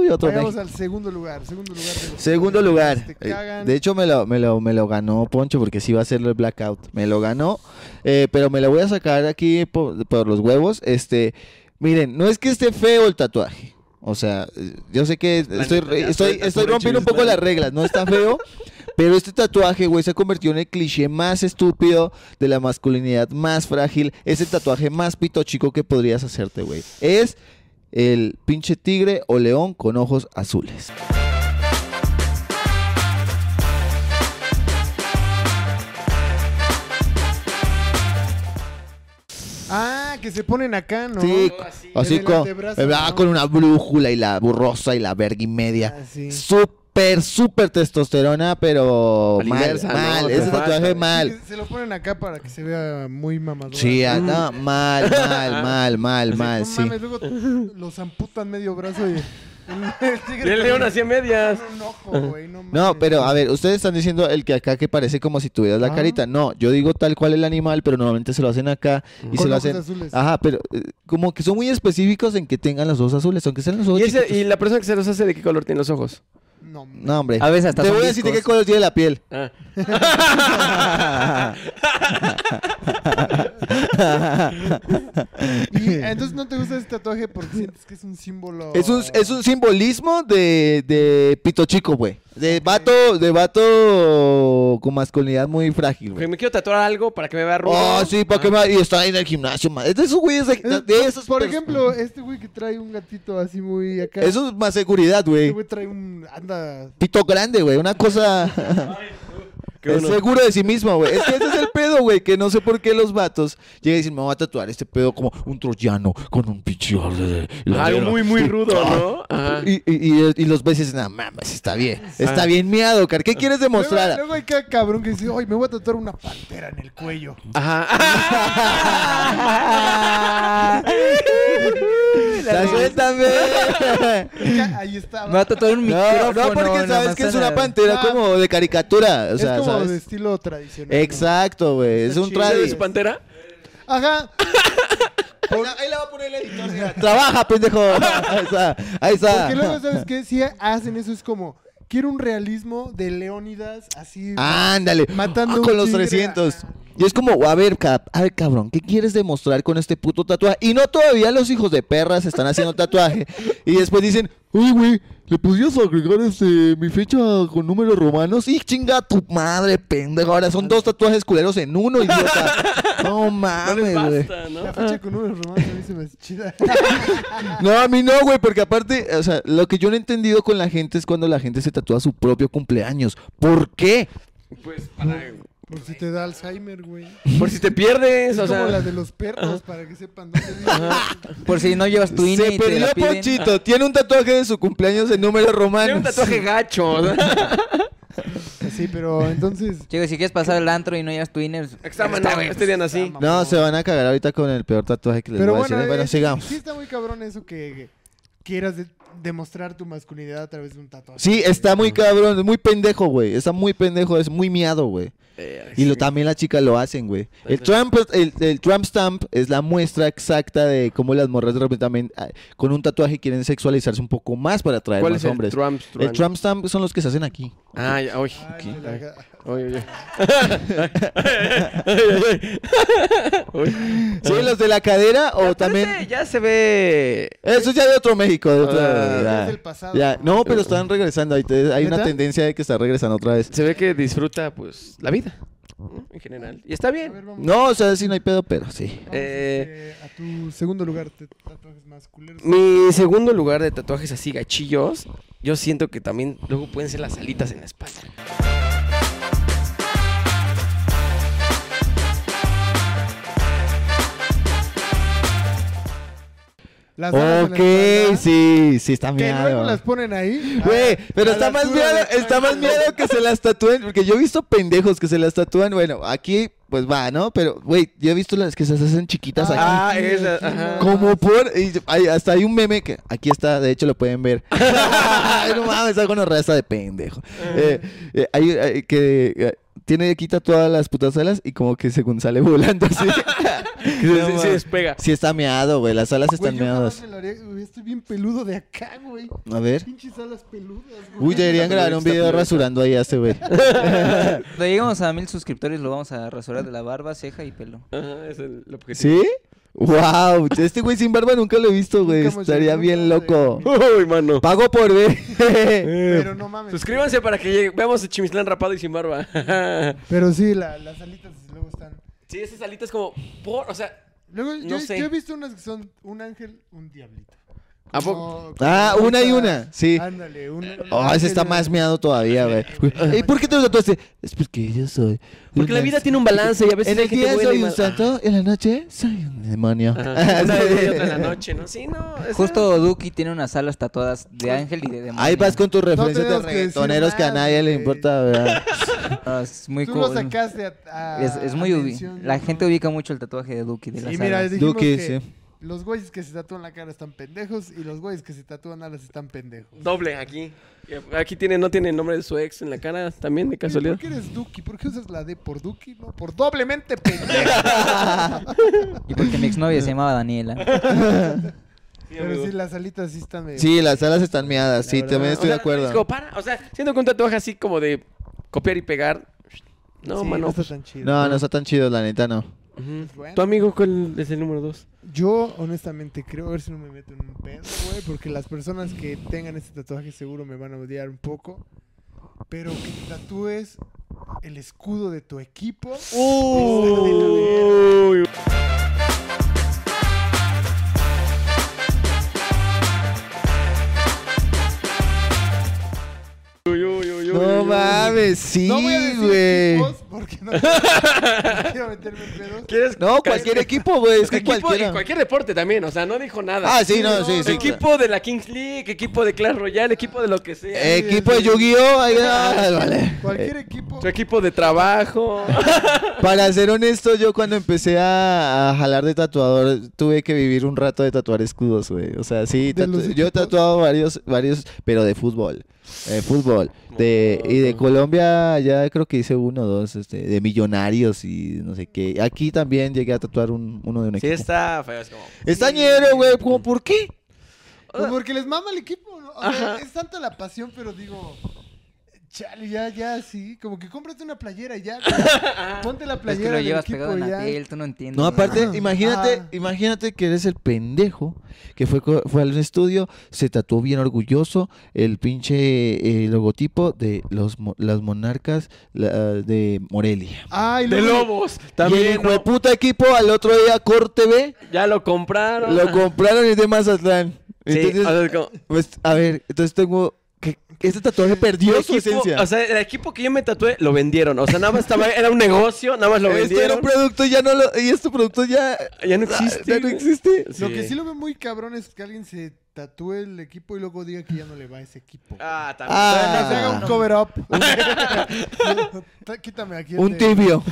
Speaker 2: Uy, (laughs) otro
Speaker 3: vayamos
Speaker 2: México.
Speaker 3: al segundo lugar. Segundo lugar. de los
Speaker 2: Segundo
Speaker 3: lugares
Speaker 2: lugar.
Speaker 3: Este,
Speaker 2: Eh,
Speaker 3: que te cagan.
Speaker 2: De hecho, me lo, me, lo, me lo ganó Poncho porque sí iba a hacerlo el blackout. Me lo ganó. eh, pero me lo voy a sacar aquí por, por los huevos. Este, miren, no es que esté feo el tatuaje. O sea, eh, yo sé que
Speaker 4: La
Speaker 2: estoy,
Speaker 4: neta, ya
Speaker 2: estoy,
Speaker 4: suelta,
Speaker 2: estoy
Speaker 4: pobre
Speaker 2: rompiendo un
Speaker 4: Chris
Speaker 2: poco
Speaker 4: Brown.
Speaker 2: las reglas. No está feo. Pero este tatuaje, güey, se convirtió en el cliché más estúpido de la masculinidad más frágil. Es el tatuaje más pito chico que podrías hacerte, güey. Es el pinche tigre o león con ojos azules.
Speaker 3: Ah, que se ponen acá, ¿no? Oh,
Speaker 2: Sí, así
Speaker 3: En el
Speaker 2: con,
Speaker 3: antebrazo,
Speaker 2: eh,
Speaker 3: ¿no?
Speaker 2: ah, con una brújula y la burrosa y la verga y media.
Speaker 3: Ah, sí.
Speaker 2: Súper, súper testosterona, pero
Speaker 4: A la
Speaker 2: mal,
Speaker 4: inversa, ¿no?
Speaker 2: mal.
Speaker 4: Te
Speaker 2: Ese
Speaker 4: falta,
Speaker 2: tatuaje
Speaker 4: güey.
Speaker 3: Sí,
Speaker 2: mal.
Speaker 3: que Se lo ponen acá para que se vea muy mamador.
Speaker 2: Sí, ah,
Speaker 3: Así,
Speaker 2: no, mal, mal,
Speaker 3: (laughs)
Speaker 2: mal, mal, mal,
Speaker 3: no
Speaker 2: sí.
Speaker 3: Mm. mames, luego los amputan medio brazo y. (laughs)
Speaker 4: Y el león así a medias.
Speaker 3: Con un ojo, güey, no mames.
Speaker 2: No, pero a ver, ustedes están diciendo el que acá que parece como si tuvieras la
Speaker 3: Ah.
Speaker 2: carita. No, yo digo tal cual el animal, pero normalmente se lo hacen acá y
Speaker 3: Con
Speaker 2: se lo
Speaker 3: ojos
Speaker 2: hacen.
Speaker 3: azules.
Speaker 2: Ajá, pero eh, como que son muy específicos en que tengan los ojos azules, aunque sean los ojos
Speaker 4: ¿Y, ese-
Speaker 2: chiquitos.
Speaker 4: y la persona que se los hace, ¿de qué color tiene los ojos?
Speaker 3: No, mames.
Speaker 2: No, hombre.
Speaker 5: A veces hasta
Speaker 2: Te
Speaker 5: son
Speaker 2: voy a decir de qué
Speaker 5: discos.
Speaker 2: color tiene la piel.
Speaker 4: Ah.
Speaker 3: Y, ah, entonces no te gusta ese tatuaje porque sientes que es un símbolo.
Speaker 2: (laughs) Es un, es un simbolismo de, de pito chico, güey. De vato, de vato con masculinidad muy frágil,
Speaker 4: Ok,
Speaker 2: güey.
Speaker 4: Me quiero tatuar algo para que me vea rudo.
Speaker 2: Oh, sí, ¿para qué me- Y está ahí en el gimnasio, man. Es de esos güeyes, de,
Speaker 3: Es-
Speaker 2: de esos...
Speaker 3: Ah. Eh, Por
Speaker 2: pers-
Speaker 3: ejemplo, este güey que trae un gatito así muy acá.
Speaker 2: Eso es más seguridad,
Speaker 3: Este
Speaker 2: güey.
Speaker 3: güey trae un. Anda. (laughs)
Speaker 2: Pito grande, güey. Una cosa...
Speaker 4: Que
Speaker 2: Es
Speaker 4: uno-
Speaker 2: seguro de sí mismo, güey. Es que ese es el pedo, güey. Que no sé por qué los vatos llegan y dicen, me voy a tatuar este pedo como un troyano con un pinche orde de la
Speaker 4: Algo
Speaker 2: verga".
Speaker 4: muy, muy rudo,
Speaker 2: Ah.
Speaker 4: ¿no? Ajá.
Speaker 2: Y, y, y- y los ves y dicen, no mames, está bien. Está bien miado, car. ¿Qué quieres
Speaker 3: Ah. Luego,
Speaker 2: demostrar?
Speaker 3: luego hay cada cabrón que dice, ay, me voy a tatuar una pantera en el cuello.
Speaker 4: Ah, Ajá.
Speaker 2: ¡La suéltame!
Speaker 3: (laughs) Ya, Ahí estaba.
Speaker 5: Me va a tatuar un
Speaker 2: No,
Speaker 5: micrófono.
Speaker 2: no, porque
Speaker 5: en la
Speaker 2: sabes que es una
Speaker 5: manzana.
Speaker 2: pantera
Speaker 3: Ah.
Speaker 2: como de caricatura. O sea,
Speaker 3: es como
Speaker 2: ¿sabes?
Speaker 3: de estilo tradicional.
Speaker 2: Exacto, güey. Es
Speaker 3: Está
Speaker 2: un
Speaker 3: chido.
Speaker 2: tradis.
Speaker 4: ¿Es pantera?
Speaker 2: (laughs)
Speaker 3: Ajá.
Speaker 2: Ahí la va a poner el editor. (laughs) Trabaja, pendejo. Ahí está. Ahí
Speaker 3: Porque luego,
Speaker 2: está.
Speaker 3: ¿sabes qué? Si hacen eso, es como, quiero un realismo de Leónidas, así.
Speaker 2: Ah. Ándale.
Speaker 3: Matando
Speaker 2: Ah,
Speaker 3: un
Speaker 2: con los
Speaker 3: tigre,
Speaker 2: 300.
Speaker 3: ajá.
Speaker 2: Y es como, a ver, cap, a ver, cabrón, ¿qué quieres demostrar con este puto tatuaje? Y no todavía los hijos de perras están haciendo tatuaje. Y después dicen, uy, güey, ¿le podrías agregar este, mi fecha con números romanos? Y chinga tu madre, pendejo. Ahora son dos tatuajes culeros en uno,
Speaker 3: (laughs)
Speaker 2: idiota. No
Speaker 4: No
Speaker 2: mames,
Speaker 4: les
Speaker 2: güey.
Speaker 4: basta,
Speaker 3: La
Speaker 4: ¿no?
Speaker 3: fecha con números romanos a mí se me hace
Speaker 2: (laughs)
Speaker 3: chida.
Speaker 2: No, a mí no, güey, porque aparte, o sea, lo que yo no he entendido con la gente es cuando la gente se tatúa su propio cumpleaños. ¿Por qué?
Speaker 4: Pues para...
Speaker 3: Por si te da Alzheimer, güey.
Speaker 4: Por si te pierdes,
Speaker 3: Es
Speaker 4: o
Speaker 3: como
Speaker 4: sea...
Speaker 3: la de los perros, para que sepan dónde viven.
Speaker 5: Por si no llevas tu INE
Speaker 2: Se
Speaker 5: y te
Speaker 2: perdió
Speaker 5: la piden.
Speaker 2: Ponchito. Tiene un tatuaje de su cumpleaños en números
Speaker 4: Tiene
Speaker 2: romanos.
Speaker 4: un tatuaje
Speaker 2: (laughs)
Speaker 4: gacho. o sea,
Speaker 3: Sí, pero entonces...
Speaker 5: Chico, si quieres pasar al antro y no llevas tu (laughs) INE...
Speaker 4: Examen, no, este día así.
Speaker 2: No, se van a cagar ahorita con el peor tatuaje que les
Speaker 3: Pero
Speaker 2: voy a
Speaker 3: bueno,
Speaker 2: decir.
Speaker 4: eh,
Speaker 2: Bueno,
Speaker 3: es-
Speaker 2: sigamos.
Speaker 3: sí está muy cabrón eso que que quieras de- demostrar tu masculinidad a través de un tatuaje.
Speaker 2: Sí, está muy cabrón, es muy pendejo, güey. Está muy pendejo, es muy miado, güey.
Speaker 4: Eh,
Speaker 2: Y lo, también las chicas lo hacen, güey. El
Speaker 4: Entonces-
Speaker 2: Trump, el, el Trump Stamp es la muestra exacta de cómo las morras de repente también ah, con un tatuaje quieren sexualizarse un poco más para atraer
Speaker 4: ¿Cuál
Speaker 2: más
Speaker 4: es el
Speaker 2: hombres.
Speaker 4: Trump?
Speaker 2: El Trump Stamp son los que se hacen aquí.
Speaker 4: Ah, ya, oye.
Speaker 3: Ay,
Speaker 4: Ay,
Speaker 3: se la ga-
Speaker 4: Oye, oye. Ay, ay, ay. (laughs) Uy.
Speaker 2: Sí, los de la cadera o
Speaker 4: Aparte,
Speaker 2: también...
Speaker 4: Ya se ve.
Speaker 2: Eso es ya de otro México, de otra-
Speaker 4: Ah,
Speaker 2: ya.
Speaker 3: es del pasado.
Speaker 2: Ya, No, pero están regresando. Ahí te- hay una
Speaker 4: ¿Neta?
Speaker 2: tendencia de que está regresando otra vez.
Speaker 4: Se ve que disfruta, pues, la vida. ¿no? En general. Y está
Speaker 3: A ver,
Speaker 4: bien.
Speaker 3: vamos-
Speaker 2: No, o sea, sí no hay pedo, pero sí.
Speaker 3: vamos,
Speaker 4: eh,
Speaker 3: este, a tu segundo lugar de tatuajes masculinos.
Speaker 4: Mi segundo lugar de tatuajes así gachillos, yo siento que también luego pueden ser las alitas en la espalda.
Speaker 3: Las alas en la
Speaker 2: Ok,
Speaker 3: espalda,
Speaker 2: sí, sí está
Speaker 3: Que luego
Speaker 2: miado.
Speaker 3: las ponen ahí.
Speaker 2: Güey,
Speaker 3: a-
Speaker 2: pero
Speaker 3: a
Speaker 2: está
Speaker 3: la
Speaker 2: más
Speaker 3: altura
Speaker 2: miedo,
Speaker 3: de la
Speaker 2: está más
Speaker 3: espalda.
Speaker 2: miedo que se las tatúen, porque yo he visto pendejos que se las tatúan, bueno, aquí pues va, ¿no? Pero, güey, yo he visto las que se las hacen chiquitas aquí.
Speaker 4: Ah,
Speaker 3: Aquí,
Speaker 4: esa,
Speaker 3: aquí,
Speaker 4: ajá.
Speaker 3: no.
Speaker 2: Como por. y hay- hasta hay un meme que. Aquí está, de hecho lo pueden (laughs) ver. Ay, no mames, está con una raza de pendejo. Eh, eh, hay, hay que. eh, tiene aquí tatuadas las putas alas y como que según sale (laughs) volando así.
Speaker 4: Que
Speaker 2: No
Speaker 4: se- se, se
Speaker 2: mames.
Speaker 4: despega.
Speaker 2: sí está meado, güey. Las alas
Speaker 3: Güey,
Speaker 2: están
Speaker 3: yo jamás
Speaker 2: meadas.
Speaker 3: me lo haría, güey, Estoy bien peludo de acá, güey.
Speaker 2: A ver.
Speaker 3: Pinches alas peludas, güey.
Speaker 2: Uy, deberían grabar un video rasurando ahí a este
Speaker 3: (laughs)
Speaker 2: güey.
Speaker 5: Cuando lleguemos a mil suscriptores lo vamos a rasurar de la barba, ceja y pelo.
Speaker 4: Ajá, es el, el objetivo.
Speaker 2: ¿Sí? ¡Wow! Este güey sin barba nunca lo he visto, güey.
Speaker 3: Nunca hemos
Speaker 2: Estaría
Speaker 3: llegado
Speaker 2: bien
Speaker 3: a ver.
Speaker 2: loco.
Speaker 4: (laughs) Uy, mano.
Speaker 2: Pago por ver. Eh.
Speaker 3: Pero no mames.
Speaker 4: Suscríbanse para que llegue- veamos el chimislán rapado y sin barba. (laughs)
Speaker 3: Pero sí, la- las alitas desde luego están.
Speaker 4: sí, esas alitas como por, o sea,
Speaker 3: Luego,
Speaker 4: No
Speaker 3: yo,
Speaker 4: sé.
Speaker 3: yo he visto unas que son un ángel, un diablito.
Speaker 4: ¿a
Speaker 3: Como-
Speaker 4: poco?
Speaker 3: como
Speaker 2: Ah,
Speaker 3: ahorita-
Speaker 2: una y una, sí.
Speaker 3: Ándale, una.
Speaker 2: Oh, ese está más meado todavía, güey. ¿Y por qué te lo tatuaste? Es porque yo soy.
Speaker 4: Porque la
Speaker 2: una-
Speaker 4: vida tiene un balance y a veces
Speaker 2: En el
Speaker 4: hay gente
Speaker 2: día
Speaker 4: buena y
Speaker 2: soy un
Speaker 4: mala.
Speaker 2: santo, en la noche soy un demonio.
Speaker 4: Ajá. (laughs) Una de día y otra
Speaker 2: (laughs)
Speaker 4: en la noche, ¿no? Sí, no. esa-
Speaker 5: Justo Duki tiene unas alas tatuadas de
Speaker 3: Pues,
Speaker 5: ángel y de demonio.
Speaker 2: Ahí vas con tus referencias de
Speaker 3: tenemos que decir
Speaker 2: reggaetoneros que a
Speaker 3: nada,
Speaker 2: nadie le
Speaker 3: güey.
Speaker 2: importa, ¿verdad?
Speaker 5: Ah, es muy
Speaker 3: Tú
Speaker 5: cool.
Speaker 3: lo sacaste a. a-
Speaker 5: Es, es muy
Speaker 3: a
Speaker 5: ubi-
Speaker 3: mención,
Speaker 5: La
Speaker 3: ¿no?
Speaker 5: gente ubica mucho el tatuaje de Duki de
Speaker 3: Sí,
Speaker 5: las
Speaker 3: mira,
Speaker 5: alas.
Speaker 3: dijimos
Speaker 2: Duque,
Speaker 3: que
Speaker 2: sí.
Speaker 3: los güeyes que se tatúan la cara están pendejos y los güeyes que se tatúan alas están pendejos.
Speaker 4: Doble aquí. Aquí tiene, no tiene el nombre de su ex en la cara también, de
Speaker 3: ¿Por
Speaker 4: casualidad.
Speaker 3: qué eres Duki? ¿Por qué usas la D por Duki? No, por doblemente pendejo.
Speaker 5: Y porque mi exnovia se
Speaker 3: (laughs)
Speaker 5: llamaba Daniela.
Speaker 3: Pero (laughs) sí, las alitas (laughs) sí están medio.
Speaker 2: Sí, las alas están miadas, sí,
Speaker 3: La verdad.
Speaker 2: también estoy
Speaker 4: o sea,
Speaker 2: de acuerdo.
Speaker 4: es como para, o sea, siento que un tatuaje así como de copiar y pegar. No,
Speaker 3: Sí,
Speaker 4: mano. pues,
Speaker 3: está tan chido.
Speaker 2: No, no está tan chido, la neta, no.
Speaker 4: Ujú.
Speaker 3: Bueno.
Speaker 4: Tu amigo, ¿cuál es el número dos?
Speaker 3: Yo, honestamente, creo, a ver si no me meto en un pedo, güey, porque las personas que tengan este tatuaje seguro me van a odiar un poco. Pero que te tatúes el escudo de tu equipo.
Speaker 4: Uy. Uy, uy, uy, uy,
Speaker 2: No
Speaker 4: uy.
Speaker 2: mames, sí,
Speaker 3: no voy a decir
Speaker 2: güey.
Speaker 3: equipos porque no no quiero meterme en
Speaker 2: (laughs)
Speaker 3: pedos.
Speaker 4: ¿Quieres
Speaker 2: No,
Speaker 4: ca-
Speaker 2: cualquier equipo, güey. Es que
Speaker 4: equipo
Speaker 2: cualquiera.
Speaker 4: y cualquier deporte también, o sea, no dijo nada.
Speaker 2: Ah, sí, no, sí, sí.
Speaker 4: equipo de la Kings League, equipo de Clash Royale, equipo de lo que sea.
Speaker 2: Equipo de Yu-Gi-Oh! ahí va, (laughs) vale.
Speaker 3: Cualquier
Speaker 2: Eh,
Speaker 3: equipo.
Speaker 4: Tu equipo de trabajo.
Speaker 2: Para ser honesto, yo cuando empecé a, a jalar de tatuador, tuve que vivir un rato de tatuar escudos, güey. O sea, sí,
Speaker 3: ¿De
Speaker 2: tatu-
Speaker 3: los
Speaker 2: yo he
Speaker 3: equipos?
Speaker 2: tatuado varios, varios, pero de fútbol. De fútbol. De, y de Colombia ya creo que hice uno o dos, este, de millonarios y no sé qué. Aquí también llegué a tatuar un- uno de un
Speaker 4: (laughs) sí,
Speaker 2: equipo.
Speaker 4: está feo. Es como...
Speaker 2: Estañero, güey, ¿cómo por qué?
Speaker 3: Pues porque les mama el equipo, ¿no? O sea, es tanta la pasión, pero digo. Chale, ya, ya, sí. Como que cómprate una playera y
Speaker 2: (laughs)
Speaker 3: ya. güey. Ponte la
Speaker 5: Es
Speaker 3: playera.
Speaker 5: que lo
Speaker 3: del
Speaker 5: llevas
Speaker 3: equipo
Speaker 5: pegado en
Speaker 3: y
Speaker 5: la
Speaker 3: ya.
Speaker 5: piel, tú no entiendes.
Speaker 2: No, aparte,
Speaker 3: Ah.
Speaker 2: imagínate,
Speaker 3: Ah.
Speaker 2: imagínate que eres el pendejo que fue, co- fue al estudio, se tatuó bien orgulloso el pinche eh, logotipo de los mo- las monarcas la- de Morelia.
Speaker 3: Ah, y
Speaker 4: De
Speaker 3: luego-
Speaker 4: Lobos.
Speaker 2: y el
Speaker 4: También.
Speaker 2: hijo de
Speaker 4: ¿no?
Speaker 2: puta equipo al otro día Corte B
Speaker 4: Ya lo compraron.
Speaker 2: lo compraron y es de Mazatlán.
Speaker 4: Sí,
Speaker 2: Entonces,
Speaker 4: o sea, es como-
Speaker 2: pues, a ver, entonces tengo que este tatuaje perdió
Speaker 4: Tu
Speaker 2: su
Speaker 4: equipo,
Speaker 2: esencia.
Speaker 4: O sea, el equipo que yo me tatué lo vendieron. O sea, nada más estaba, era un negocio, nada más lo
Speaker 2: Esto era
Speaker 4: vendieron.
Speaker 2: un producto y ya no lo, y este producto ya Ah,
Speaker 4: Ya no existe.
Speaker 2: Ya no existe.
Speaker 3: Lo que sí lo veo muy cabrón es que alguien se tatúe el equipo y luego diga que ya no le va a ese equipo.
Speaker 4: Ah, también.
Speaker 3: Que
Speaker 2: Ah.
Speaker 3: se haga un cover up. (laughs) Un- Quítame aquí. el
Speaker 2: un
Speaker 3: de-
Speaker 2: tibio.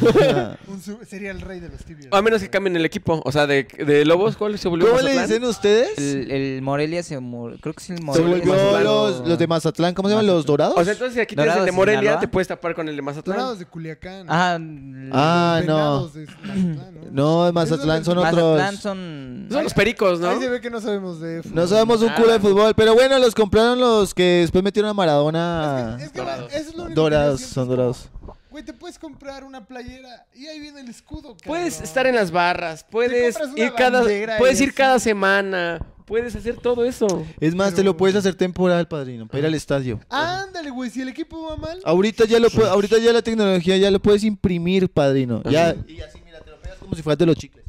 Speaker 3: un su- sería el rey de los tibios.
Speaker 4: A menos que cambien el equipo. O sea, de, de Lobos, ¿cuál se volvió?
Speaker 2: ¿Cómo le
Speaker 4: Mazatlán?
Speaker 2: dicen ustedes?
Speaker 5: El, el Morelia se murió. Creo que sí, el
Speaker 2: Se
Speaker 5: Morelia.
Speaker 2: volvió
Speaker 4: Mazatlán.
Speaker 2: los, los de Mazatlán, ¿cómo se llaman? ¿Los dorados?
Speaker 4: O sea, entonces si aquí tienes
Speaker 5: Dorados
Speaker 4: el de
Speaker 5: de
Speaker 4: Morelia,
Speaker 5: Sinaloa.
Speaker 4: te puedes tapar con el de Mazatlán.
Speaker 3: Dorados de Culiacán.
Speaker 5: Ah, el-
Speaker 2: Ah, no.
Speaker 3: Venados de Mazatlán,
Speaker 2: No, de Mazatlán son
Speaker 5: Mazatlán
Speaker 2: otros.
Speaker 5: son.
Speaker 4: Son los pericos, ¿no?
Speaker 3: Ahí se ve que no sabemos de fútbol.
Speaker 2: No sabemos un
Speaker 4: Ah.
Speaker 2: culo de fútbol, pero bueno, los compraron los que después metieron a Maradona.
Speaker 3: Es que,
Speaker 4: Dorados.
Speaker 3: eso es lo único que
Speaker 2: Dorados,
Speaker 3: yo siento,
Speaker 2: son
Speaker 3: es como,
Speaker 2: dorados.
Speaker 3: Güey, te puedes comprar una playera y ahí viene el escudo. cabrón.
Speaker 4: Puedes estar en las barras, puedes
Speaker 3: compras una
Speaker 4: ir cada,
Speaker 3: bandera y
Speaker 4: puedes ir
Speaker 3: así.
Speaker 4: cada semana, puedes hacer todo eso.
Speaker 2: Es más, te
Speaker 3: Pero- Ah.
Speaker 2: lo puedes hacer temporal, padrino, para ir al estadio.
Speaker 3: Ándale, güey, si el equipo va mal.
Speaker 2: Ahorita ya lo puede- ahorita ya la tecnología ya lo puedes imprimir, padrino. Ya y así mira, te lo pegas como si fueras de los chicles.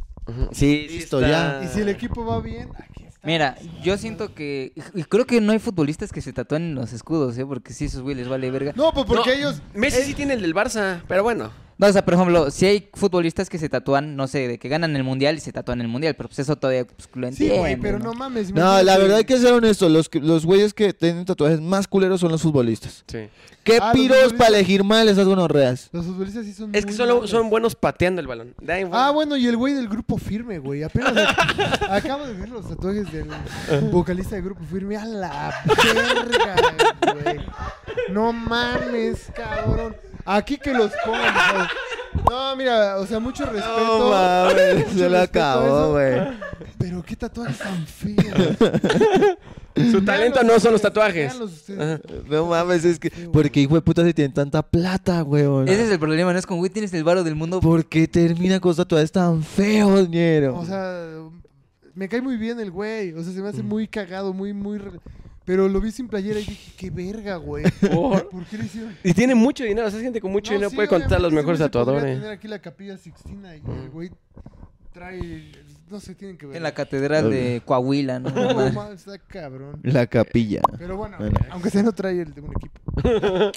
Speaker 4: Sí,
Speaker 2: Listo,
Speaker 4: está.
Speaker 2: ya.
Speaker 3: Y si el equipo va bien, aquí está.
Speaker 5: Mira, yo siento que. Y creo que no hay futbolistas que se tatúen en los escudos, ¿eh? Porque sí, esos güey les vale verga.
Speaker 3: No, pues porque
Speaker 4: No,
Speaker 3: ellos.
Speaker 4: Messi sí tiene el del Barça, pero bueno.
Speaker 5: No, o sea, por ejemplo, si hay futbolistas que se tatúan, no sé, de que ganan el mundial y se tatúan el mundial, pero pues eso todavía pues, lo
Speaker 3: Sí,
Speaker 5: entiendo.
Speaker 3: güey, pero no mames.
Speaker 2: No, la verdad hay que ser honesto, los que- los güeyes que tienen tatuajes más culeros son los futbolistas.
Speaker 4: Sí.
Speaker 2: Qué
Speaker 3: Ah, los
Speaker 2: piros
Speaker 3: futbolistas.
Speaker 2: para elegir mal esas gonorreas.
Speaker 3: Los futbolistas sí son.
Speaker 4: Es que
Speaker 3: muy
Speaker 4: solo
Speaker 3: malos.
Speaker 4: son buenos pateando el balón. De ahí,
Speaker 3: Ah, bueno, y el güey del grupo firme, güey. Apenas ac- (laughs) acabo de ver los tatuajes del vocalista del grupo firme. A la verga, güey. No mames, cabrón. Aquí que los pongan. güey. No, mira, o sea, mucho respeto.
Speaker 2: No mames,
Speaker 3: (laughs) mucho
Speaker 2: se lo
Speaker 3: respeto a
Speaker 2: acabó,
Speaker 3: eso,
Speaker 2: güey.
Speaker 3: Pero qué tatuajes tan feos.
Speaker 4: su talento no son los tatuajes.
Speaker 3: Véanlos ustedes.
Speaker 4: Ajá.
Speaker 2: No mames, es que. ¿Por qué hijo de puta si tienen tanta plata, weón?
Speaker 5: Ese es el problema, no es como, güey, tienes el varo del mundo.
Speaker 2: ¿Por qué termina con tatuajes tan feos, ñero?
Speaker 3: O sea, me cae muy bien el güey. O sea, se me hace muy cagado, muy, muy. re- Pero lo vi sin playera y dije, qué verga, güey.
Speaker 4: Por-
Speaker 3: ¿Por qué le hicieron?
Speaker 4: Y tiene mucho dinero, o sea, gente con mucho
Speaker 3: No,
Speaker 4: dinero
Speaker 3: sí,
Speaker 4: puede contar los
Speaker 3: obviamente,
Speaker 4: mejores
Speaker 3: ese güey se podría
Speaker 4: tatuadores.
Speaker 3: tener aquí la capilla Sixtina y el güey trae. No sé, tienen que ver.
Speaker 5: En la catedral de Coahuila,
Speaker 3: (laughs)
Speaker 5: ¿no?
Speaker 3: No,
Speaker 5: No,
Speaker 3: ma, está cabrón.
Speaker 2: La capilla.
Speaker 3: Pero bueno,
Speaker 2: Bueno.
Speaker 3: aunque sea no trae el de un
Speaker 4: (laughs)
Speaker 3: equipo.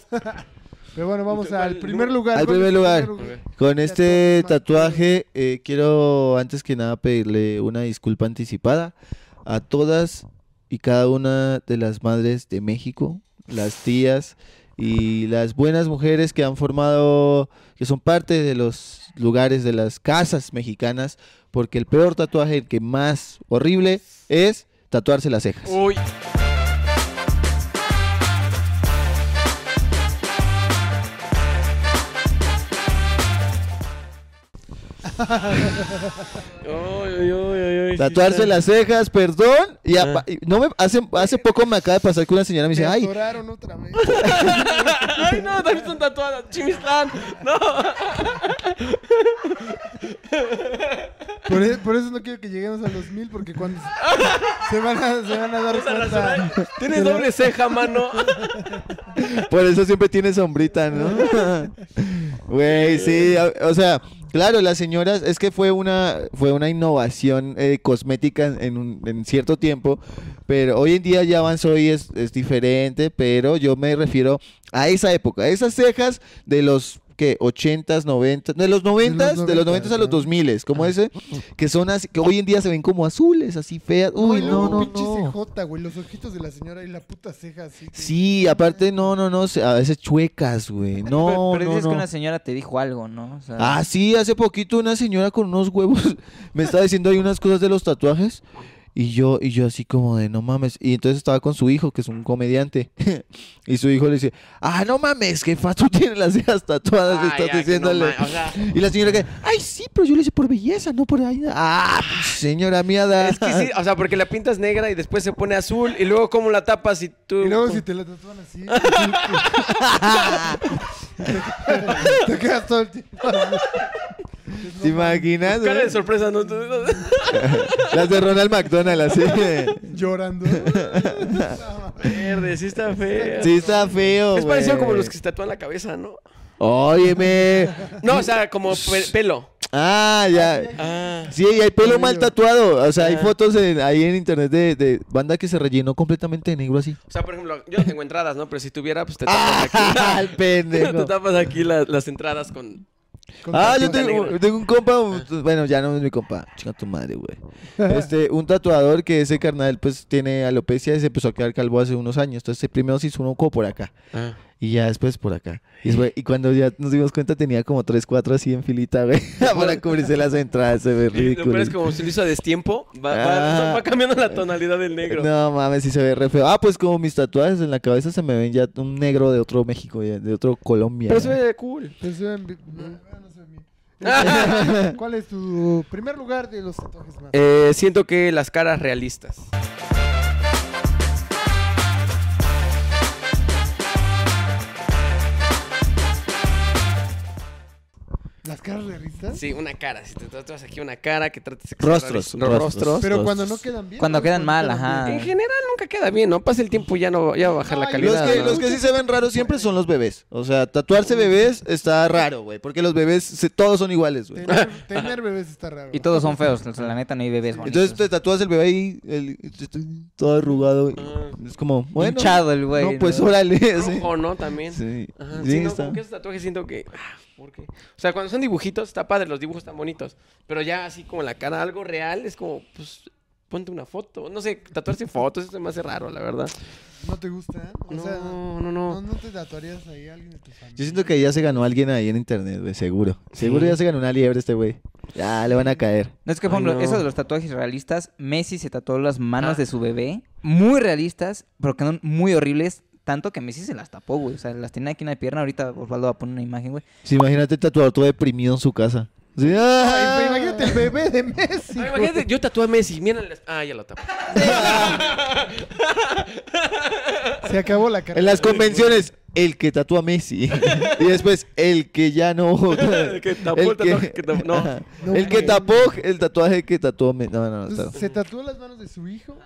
Speaker 3: Pero bueno, vamos
Speaker 4: Entonces,
Speaker 3: al
Speaker 4: ¿cuál?
Speaker 3: primer
Speaker 4: Nú-
Speaker 3: lugar.
Speaker 2: Al
Speaker 3: ¿Cuál es
Speaker 2: primer
Speaker 3: el
Speaker 2: lugar. Con este
Speaker 3: Tatuaje más
Speaker 2: tatuaje, eh, quiero antes que nada pedirle una disculpa anticipada a todas y cada una de las madres de México, las tías y las buenas mujeres que han formado, que son parte de los lugares de las casas mexicanas, porque el peor tatuaje, el que más horrible, es tatuarse las cejas.
Speaker 4: Uy, uy, uy, uy, uy, uy, sí
Speaker 2: Tatuarse
Speaker 4: está.
Speaker 2: las cejas, perdón. Y apa-
Speaker 4: Ah.
Speaker 2: y no me, hace, hace poco me acaba de pasar que una señora me
Speaker 3: Me
Speaker 2: dice, ay,
Speaker 3: atoraron otra vez.
Speaker 4: Ay, no, también son tatuadas. Chimislán. No.
Speaker 3: Por, e- por eso no quiero que lleguemos a los mil, porque cuando se- se van a, se van a dar cuenta.
Speaker 4: Tienes doble ceja, mano.
Speaker 2: Por eso siempre tiene sombrita, (laughs) ¿no? Güey, sí, a- o sea, claro, las señoras, es que fue una, fue una innovación eh, cosmética en, un- en cierto tiempo Pero hoy en día ya avanzó y es, es diferente, pero yo me refiero a esa época, a esas cejas de los que 80s, 90 de los 90s, de los 90s a los
Speaker 3: ¿no?
Speaker 2: 2000s, como ese, que son así, que hoy en día se ven como azules, así feas. Uy,
Speaker 3: y luego
Speaker 2: no, no,
Speaker 3: pinche
Speaker 2: no.
Speaker 3: CJ, güey, los ojitos de la señora y la puta ceja así. que-
Speaker 2: Sí, aparte no, no, no, se- a veces chuecas, güey.
Speaker 5: pero,
Speaker 2: No,
Speaker 5: pero
Speaker 2: no,
Speaker 5: dices que
Speaker 2: no.
Speaker 5: una señora te dijo algo, ¿no? O sea,
Speaker 2: Ah, sí, hace poquito una señora con unos huevos (laughs) me estaba diciendo ahí unas cosas de los tatuajes. Y yo, y yo así como de, no mames. Y entonces estaba con su hijo, que es un comediante. (laughs) y su hijo le dice, ah, no mames, jefa, tú tienes las cejas tatuadas,
Speaker 4: Ah, ya,
Speaker 2: estás
Speaker 4: que no
Speaker 2: diciéndole.
Speaker 4: ma- o sea,
Speaker 2: (laughs) Y la señora que, ay, sí, pero yo lo hice por belleza, no por ahí. Ah, señora mierda.
Speaker 4: Es que sí, o sea, porque la pintas negra y después se pone azul y luego cómo la tapas y tú...
Speaker 3: Y luego si te la tatúan así. (laughs) te- te quedas todo el tiempo.
Speaker 2: (laughs) ¿Te imaginas?
Speaker 4: Cara
Speaker 2: güey?
Speaker 4: de sorpresa, ¿no?
Speaker 2: Las de Ronald McDonald, así. (laughs)
Speaker 3: Llorando.
Speaker 4: (laughs) Verde, sí está feo.
Speaker 2: Sí, está feo.
Speaker 4: es parecido
Speaker 2: güey.
Speaker 4: como los que se tatúan la cabeza, ¿no?
Speaker 2: Óyeme.
Speaker 4: No, o sea, como pe- pelo.
Speaker 2: Ah, ya.
Speaker 4: Ah.
Speaker 2: Sí, y hay pelo mal
Speaker 3: Cabello.
Speaker 2: tatuado. O sea, hay
Speaker 4: Ah.
Speaker 2: fotos en- ahí en internet de, de banda que se rellenó completamente de negro así.
Speaker 4: O sea, por ejemplo, yo no tengo entradas, ¿no? Pero si tuviera, (laughs) pues te tapas
Speaker 2: (laughs) ¡Ah,
Speaker 4: aquí.
Speaker 2: el pendejo!
Speaker 4: te tapas aquí la- las entradas con...
Speaker 3: Con
Speaker 2: Ah, yo
Speaker 3: tatuaje.
Speaker 2: tengo,
Speaker 4: negra.
Speaker 2: tengo un compa, un- bueno, ya no es mi compa, chinga tu madre,
Speaker 4: (laughs)
Speaker 2: güey. Este, un tatuador que ese carnal pues tiene alopecia y se empezó a quedar calvo hace unos años. Entonces primero se hizo uno como por acá
Speaker 4: Ah.
Speaker 2: y ya después por acá. Y, después- y cuando ya nos dimos cuenta tenía como tres, cuatro así en filita, güey, (laughs) para cubrirse las entradas,
Speaker 4: (laughs)
Speaker 2: se ve
Speaker 4: Y lo peor
Speaker 2: ridículo.
Speaker 4: es como si lo hizo a destiempo, va,
Speaker 2: Ah.
Speaker 4: (laughs) va, va cambiando la tonalidad del negro.
Speaker 2: No mames, sí se ve re feo. Ah, pues como mis tatuajes en la cabeza se me ven ya un negro de otro México, ya, de otro Colombia.
Speaker 4: Pero se
Speaker 2: ya.
Speaker 4: ve cool.
Speaker 3: Te suben vi- no, no se ve bien.
Speaker 2: (laughs)
Speaker 3: Este, ¿Cuál es tu primer lugar de los tatuajes más?
Speaker 4: Eh, siento que las caras realistas.
Speaker 3: ¿Las caras de risa?
Speaker 4: Sí, una cara. Si te tatúas aquí una cara, que trates de que sea
Speaker 2: Rostros,
Speaker 4: realista.
Speaker 2: rostros.
Speaker 4: rostros.
Speaker 3: Pero
Speaker 2: los-
Speaker 3: cuando no quedan bien.
Speaker 5: Cuando
Speaker 3: ¿no?
Speaker 5: quedan mal,
Speaker 3: quedan bien.
Speaker 5: ajá.
Speaker 4: En general nunca queda bien, ¿no? Pasa el tiempo y ya no ya va a bajar la
Speaker 3: Ay,
Speaker 2: Los
Speaker 4: calidad.
Speaker 2: que,
Speaker 4: ¿no?
Speaker 2: los que sí se ven raros siempre son los bebés. O sea, tatuarse bebés está raro, güey. Porque los bebés se- todos son iguales, güey.
Speaker 4: (laughs)
Speaker 3: Tener, tener bebés está raro.
Speaker 5: Y todos son feos, o sea, la neta no hay bebés bonitos.
Speaker 2: Entonces te tatúas el bebé ahí, el- todo arrugado. y
Speaker 4: Ah.
Speaker 2: es como, bueno.
Speaker 5: Hinchado el güey.
Speaker 2: no, pues órale. (laughs) sí.
Speaker 4: Rojo, ¿no? También.
Speaker 2: Sí,
Speaker 4: Ajá,
Speaker 2: sí,
Speaker 4: sí, no,
Speaker 2: está.
Speaker 4: como que esos tatuajes siento que... ah, ¿Por qué? O sea, cuando son dibujitos está padre, los dibujos están bonitos. Pero ya así como la cara, algo real, es como, pues, ponte una foto. No sé, tatuarse fotos, eso me hace raro, la verdad.
Speaker 3: ¿No te gustan? O sea,
Speaker 4: no, no,
Speaker 3: ¿no,
Speaker 4: no.
Speaker 3: no te tatuarías ahí a alguien de tu familia?
Speaker 2: Yo siento que ya se ganó alguien ahí en internet, güey, seguro. Seguro
Speaker 4: Sí.
Speaker 2: ya se ganó una liebre este güey. Ya le van a caer.
Speaker 5: No es que, por
Speaker 4: Ay,
Speaker 5: ejemplo,
Speaker 4: no.
Speaker 5: eso de los tatuajes realistas, Messi se tatuó las manos
Speaker 4: Ah.
Speaker 5: de su bebé, muy realistas, pero quedaron muy horribles, tanto que Messi se las tapó, güey. O sea, las tenía aquí en la pierna, ahorita Osvaldo va a poner una imagen, güey.
Speaker 2: Sí, imagínate el tatuador todo deprimido en su casa. Sí,
Speaker 3: Ay,
Speaker 2: ¡ah!
Speaker 3: pero imagínate el bebé de Messi.
Speaker 4: Ay, imagínate, yo tatué a Messi, miren... las- Ah, ya lo tapé.
Speaker 3: Se acabó la
Speaker 2: (laughs)
Speaker 3: cara.
Speaker 2: En las convenciones, el que tatúa a Messi. (laughs) y después, el que ya
Speaker 3: (laughs)
Speaker 2: no.
Speaker 4: El que tapó el tatuaje que tapó-
Speaker 2: (laughs)
Speaker 4: no.
Speaker 2: Ajá.
Speaker 3: No
Speaker 2: el que
Speaker 3: mames.
Speaker 2: tapó el tatuaje que tatuó Messi. No, no, no. está-
Speaker 4: Ah,
Speaker 3: Entonces, ¿Se tatuó las manos de su hijo?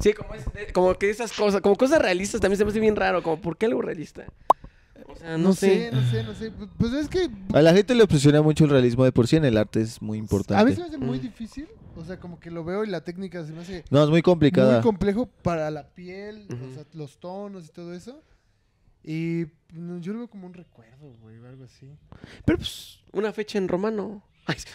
Speaker 4: Sí, como, es- eh, como que esas cosas, como cosas realistas también se me hace bien raro, como ¿por qué algo realista? O sea, Ah, no, sé.
Speaker 3: no sé, no sé. Pues es que
Speaker 2: A la gente le obsesiona mucho el realismo de por sí en el arte, es muy importante.
Speaker 3: a veces me hace muy
Speaker 4: Mm.
Speaker 3: difícil. O sea, como que lo veo y la técnica se me hace
Speaker 2: No, es muy complicada.
Speaker 3: muy complejo para la piel, o
Speaker 4: Ujú.
Speaker 3: sea, los tonos y todo eso. Y pues, no, yo lo veo como un recuerdo, güey, o algo así.
Speaker 4: Pero pues, una fecha en romano. Ay, sí.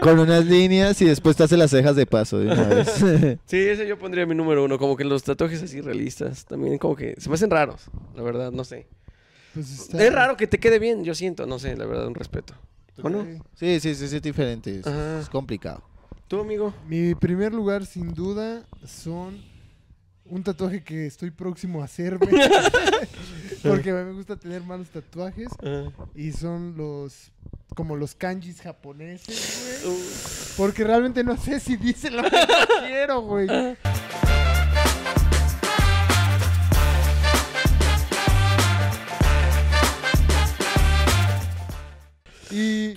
Speaker 2: Con unas líneas y después te hace las cejas de paso de una
Speaker 3: (laughs)
Speaker 2: vez.
Speaker 4: sí, ese yo pondría mi número uno, como que los tatuajes así realistas, también como que se me hacen raros, la verdad, no sé.
Speaker 3: Pues está-
Speaker 4: Es raro que te quede bien, yo siento, no sé, la verdad, un respeto. ¿O no?
Speaker 3: Sí.
Speaker 2: sí, sí, sí, sí, es diferente. Es,
Speaker 4: Ajá.
Speaker 2: es complicado.
Speaker 4: ¿Tú, amigo?
Speaker 3: Mi primer lugar, sin duda, son un tatuaje que estoy próximo a hacerme. porque me gusta tener malos tatuajes. Y son los. Como los kanjis japoneses, güey.
Speaker 4: Uh.
Speaker 3: Porque realmente no sé si dice lo que yo quiero, güey. Y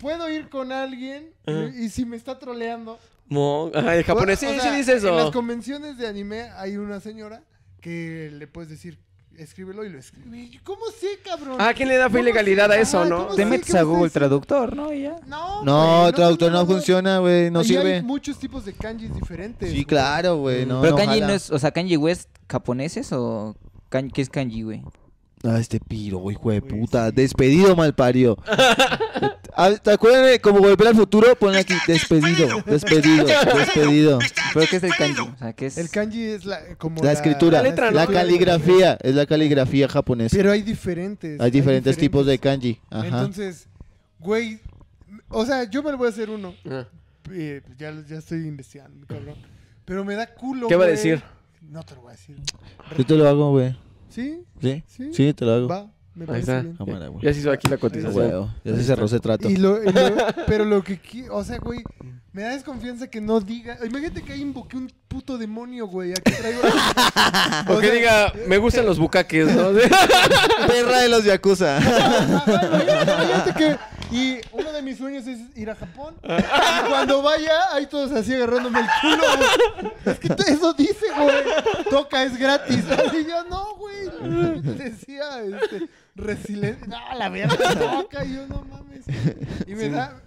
Speaker 3: puedo ir con alguien
Speaker 4: Ajá.
Speaker 3: y, y si me está troleando.
Speaker 4: Mo- Ajá, el japonés, sí,
Speaker 3: O
Speaker 4: sí
Speaker 3: sea,
Speaker 4: dice
Speaker 3: En las
Speaker 4: eso.
Speaker 3: convenciones de anime hay una señora que le puedes decir, escríbelo y lo escribí. ¿Cómo sé, cabrón?
Speaker 4: Ah, ¿quién le da fe y legalidad a eso,
Speaker 3: Ajá,
Speaker 4: no?
Speaker 3: ¿cómo
Speaker 5: Te
Speaker 3: sé
Speaker 5: metes a
Speaker 3: que me
Speaker 5: Google
Speaker 3: estás diciendo?
Speaker 5: Traductor, ¿no? Y ya.
Speaker 3: No,
Speaker 2: No,
Speaker 3: güey,
Speaker 2: el traductor no funciona, güey, no
Speaker 3: Y Hay
Speaker 2: sirve.
Speaker 3: muchos tipos de kanjis diferentes.
Speaker 2: Sí,
Speaker 3: güey.
Speaker 2: claro, güey, no,
Speaker 5: Mm. Pero
Speaker 2: no
Speaker 5: kanji no
Speaker 2: jala.
Speaker 5: es, o sea, kanji West japoneses o kan- qué es kanji, güey.
Speaker 2: Ah, este piro, hijo de
Speaker 3: Güey,
Speaker 2: puta. Despedido,
Speaker 5: (laughs)
Speaker 2: mal parió. ¿Te acuerdan de como volver al futuro? Pon aquí, despedido,
Speaker 4: (laughs)
Speaker 2: despedido, despedido.
Speaker 5: Pero qué es el kanji, o sea, qué es
Speaker 3: El kanji es la, como
Speaker 2: La escritura,
Speaker 4: La letra,
Speaker 2: la,
Speaker 4: ¿no?
Speaker 3: escritura.
Speaker 2: caligrafía, es la caligrafía japonesa.
Speaker 3: Pero hay diferentes.
Speaker 2: Hay diferentes tipos de kanji. Ajá.
Speaker 3: Entonces, güey, o sea, yo me lo voy a hacer uno.
Speaker 4: Ah.
Speaker 3: Eh, ya, ya estoy investigando, mi cabrón. Pero me da culo.
Speaker 4: ¿Qué va a
Speaker 3: güey.
Speaker 4: decir?
Speaker 3: No te lo voy a decir.
Speaker 2: Yo te lo hago, güey.
Speaker 3: ¿Sí?
Speaker 2: ¿Sí?
Speaker 3: Sí.
Speaker 2: Sí, te lo hago.
Speaker 3: Va, me
Speaker 4: Ahí
Speaker 3: parece
Speaker 4: está.
Speaker 3: bien.
Speaker 2: Cámara, güey.
Speaker 4: Ya se hizo aquí la
Speaker 2: Ah,
Speaker 4: cotización.
Speaker 2: huevo, Ya se cerró ese trato.
Speaker 3: Y lo- y
Speaker 4: (laughs)
Speaker 3: lo- pero lo que. qui- O sea, güey, me da desconfianza que no diga. Imagínate que ahí invoqué un puto demonio, güey. Aquí traigo. Ah,
Speaker 4: (laughs) O que diga, me gustan los bucaques,
Speaker 2: (laughs)
Speaker 4: ¿no? (laughs)
Speaker 2: Perra de los
Speaker 3: (laughs)
Speaker 2: Yakuza.
Speaker 3: Imagínate que. Y uno de mis sueños es ir a Japón. Y cuando vaya, hay todos así agarrándome el culo. güey. Es que t- eso dice, güey. Toca, es gratis. Y yo, no, güey. Decía, este, resiliente. No, la verga, toca. Y yo, no mames. Y me da.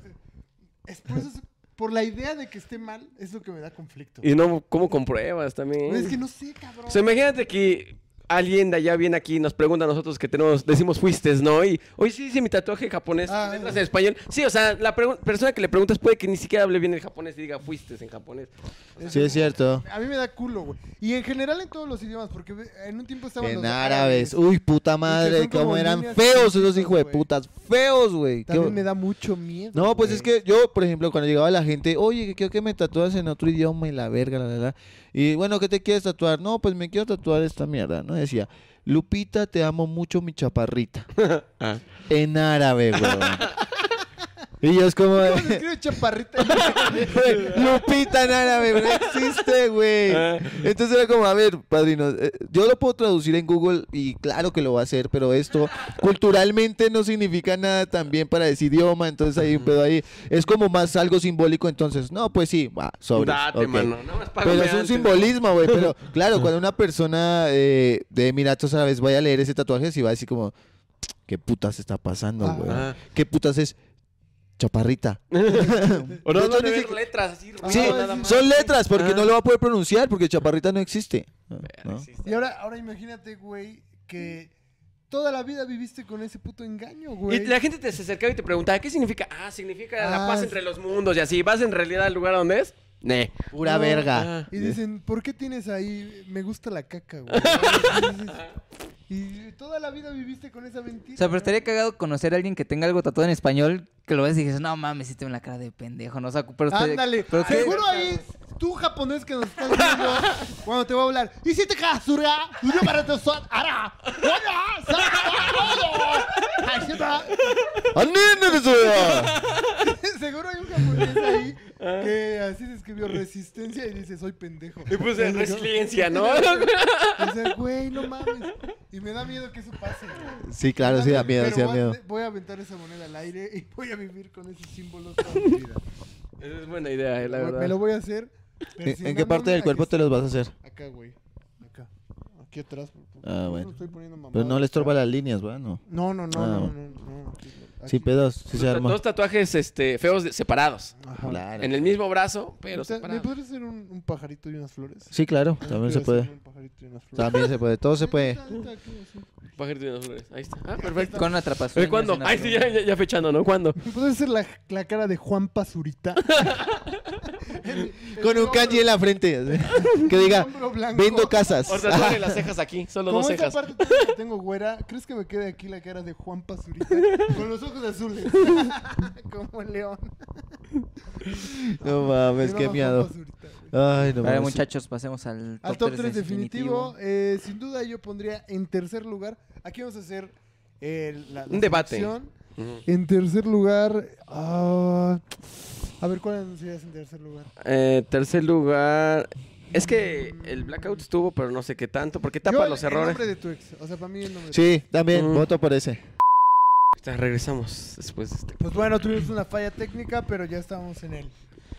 Speaker 3: Es por eso. Por la idea de que esté mal, es lo que me da conflicto.
Speaker 4: y no, ¿cómo compruebas también?
Speaker 3: Es que no sé, cabrón.
Speaker 4: O sea, imagínate que alguien de allá viene aquí y nos pregunta a nosotros que tenemos, decimos fuiste, ¿no? Y hoy sí hice mi tatuaje japonés,
Speaker 3: Ah.
Speaker 4: letras en español. Sí, o sea, la pregun- persona que le preguntas puede que ni siquiera hable bien el japonés y diga fuiste en japonés.
Speaker 2: Sí, es cierto.
Speaker 3: A mí me da culo, güey. Y en general en todos los idiomas, porque en un tiempo estaban
Speaker 2: En
Speaker 3: los
Speaker 2: árabes. Uy, puta madre.
Speaker 3: son como
Speaker 2: Cómo eran
Speaker 3: líneas
Speaker 2: feos esos
Speaker 3: chiquitas,
Speaker 2: hijos de
Speaker 3: güey.
Speaker 2: putas. Feos, güey. Qué-
Speaker 3: También me da mucho miedo.
Speaker 2: No, pues
Speaker 3: güey.
Speaker 2: es
Speaker 3: (laughs)
Speaker 2: que yo, por ejemplo, cuando llegaba la gente, oye, que quiero que me tatúas en otro idioma y la verga, la verdad. Y bueno, ¿qué te quieres tatuar? No, pues me quiero tatuar esta mierda, ¿no? Decía, Lupita, te amo mucho, mi chaparrita.
Speaker 4: Ah.
Speaker 2: En árabe, güey.
Speaker 3: (laughs)
Speaker 2: y yo es como,
Speaker 3: ¿Cómo se escribe chaparrita?
Speaker 2: Lupita en árabe, güey, no existe, güey.
Speaker 4: Ah.
Speaker 2: Entonces era como, a ver, padrino, eh, yo lo puedo traducir en Google y claro que lo va a hacer, pero esto culturalmente no significa nada también para ese idioma, entonces hay un pedo ahí. Es como más algo simbólico, entonces, no, pues sí, va, sobre.
Speaker 4: Date, mano. Nada más págame
Speaker 2: Pero es un
Speaker 4: antes,
Speaker 2: simbolismo, güey.
Speaker 4: (laughs)
Speaker 2: Pero claro, cuando una persona eh, de Emiratos Árabes vaya a leer ese tatuaje, sí va a decir como, ¿qué putas está pasando, güey?
Speaker 4: Ajá.
Speaker 2: ¿Qué putas es? Chaparrita.
Speaker 4: Ah, (laughs) O no,
Speaker 2: De hecho,
Speaker 4: no, de
Speaker 2: ni
Speaker 4: ver
Speaker 2: siquiera-
Speaker 4: letras así.
Speaker 2: Sí,
Speaker 4: ruido nada más. Ah.
Speaker 2: son letras, porque
Speaker 4: Ajá.
Speaker 2: no lo va a poder pronunciar, porque chaparrita no existe. ¿no?
Speaker 3: Y ahora, ahora imagínate, güey, que toda la vida viviste con ese puto engaño,
Speaker 4: Y
Speaker 3: güey.
Speaker 4: la gente te se acercaba y te preguntaba, ¿qué significa? Ah, significa la
Speaker 3: Ah,
Speaker 4: paz
Speaker 3: sí.
Speaker 4: entre los mundos y así. ¿Vas en realidad al lugar donde es? Ne.
Speaker 2: Pura
Speaker 3: No.
Speaker 4: ah.
Speaker 2: verga.
Speaker 3: Y dicen, ¿por qué tienes ahí? Me gusta la caca, güey. Y dices, y toda la vida viviste con esa mentira.
Speaker 5: O sea, pero
Speaker 3: güey.
Speaker 5: estaría cagado conocer a alguien que tengo algo tatuado en español, que lo ves y dices, no mames, sí tengo la cara de pendejo, no saco, pero estaría-
Speaker 3: Ándale,
Speaker 5: pero qué-
Speaker 3: seguro ahí tú japonés que nos estás viendo cuando te va a hablar. Y si te casura, uno para tu son, ara, ara, sara, ara, sara".
Speaker 2: ¡Anímense!
Speaker 3: (laughs) Seguro hay un japonés ahí que así se escribió resistencia y dice soy pendejo.
Speaker 4: Ah. Y puse
Speaker 3: Así,
Speaker 4: resiliencia, ¿no?
Speaker 3: (laughs) O
Speaker 4: (laughs)
Speaker 3: sea, güey, no mames. Y me da miedo que eso pase. güey.
Speaker 2: Sí, claro, sí da miedo,
Speaker 3: Pero
Speaker 2: sí da
Speaker 3: voy a-
Speaker 2: miedo.
Speaker 3: Voy a aventar esa moneda al aire y voy a vivir con esos símbolos toda mi
Speaker 2: (laughs)
Speaker 3: vida.
Speaker 4: Esa es buena idea, eh, la verdad.
Speaker 3: Me lo voy a hacer.
Speaker 2: ¿En, en qué parte del cuerpo te los vas a hacer?
Speaker 3: Acá, güey. Acá. Aquí atrás. por- por-
Speaker 2: Ah,
Speaker 3: por
Speaker 2: bueno.
Speaker 3: eso Estoy poniendo mamada.
Speaker 2: Pero no le estorba las líneas, ¿va? No.
Speaker 3: No, no, no,
Speaker 2: Ah,
Speaker 3: no, no,
Speaker 2: bueno.
Speaker 3: no, no, aquí, aquí.
Speaker 2: Sí, pedos, sí se
Speaker 4: Dos-
Speaker 2: arma.
Speaker 4: Dos tatuajes este, feos de- separados.
Speaker 3: Ajá.
Speaker 2: Claro.
Speaker 4: Pues En el mismo brazo, pero
Speaker 3: O sea, ¿Me
Speaker 4: separados.
Speaker 3: podrías hacer un, un pajarito y unas flores?
Speaker 2: Sí, claro,
Speaker 3: Yo
Speaker 2: también
Speaker 3: quiero
Speaker 2: se
Speaker 3: hacerme
Speaker 2: puede.
Speaker 3: Un pajarito y unas flores.
Speaker 2: También se puede, todo se puede.
Speaker 3: Ahorita, ahorita, aquí, así.
Speaker 4: Pajarito y unas flores. Ahí está. Ah, perfecto.
Speaker 5: Con una atrapasueños.
Speaker 4: ¿Eh, ¿Cuándo?
Speaker 5: una
Speaker 4: Ay, sí, ya,
Speaker 5: flor.
Speaker 4: ya, ya fechando, ¿no? ¿Cuándo?
Speaker 3: ¿Me puedes hacer la, la cara de Juan
Speaker 2: (laughs)
Speaker 3: Pazurita?
Speaker 2: Con un kanji en la frente. así. (laughs) Que diga, vendo casas.
Speaker 4: O tatuaje las cejas aquí, solo
Speaker 3: Como
Speaker 4: dos
Speaker 3: esta
Speaker 4: cejas.
Speaker 3: parte tengo- que tengo güera, ¿crees que me quede aquí la cara de Juan Pazurita? Con los ojos
Speaker 2: (laughs)
Speaker 3: azules. Como el león.
Speaker 2: No
Speaker 3: Me
Speaker 2: mames,
Speaker 3: mama
Speaker 2: qué
Speaker 3: Juan
Speaker 2: miedo.
Speaker 3: Pazurita, güey.
Speaker 2: Ay, no
Speaker 5: A ver,
Speaker 2: mames.
Speaker 5: muchachos, pasemos al top,
Speaker 3: Al top
Speaker 5: 3
Speaker 3: 3 definitivo, eh, sin duda yo pondría en tercer lugar. Aquí vamos a hacer eh, la- la
Speaker 4: Un debate.
Speaker 3: selección.
Speaker 4: Ujú.
Speaker 3: En tercer lugar, ah, a ver cuál anunciarías en tercer lugar.
Speaker 4: Eh, tercer lugar. Es que el blackout estuvo, pero no sé qué tanto, porque tapa
Speaker 3: Yo, el-
Speaker 4: los
Speaker 3: El
Speaker 4: errores.
Speaker 3: nombre de tu ex, o sea, para mí el nombre. de tu ex.
Speaker 2: Sí, también,
Speaker 4: Mm.
Speaker 2: voto por ese.
Speaker 4: Ahorita Regresamos después de este.
Speaker 3: Pues bueno, tuvimos una falla técnica, pero ya estamos en el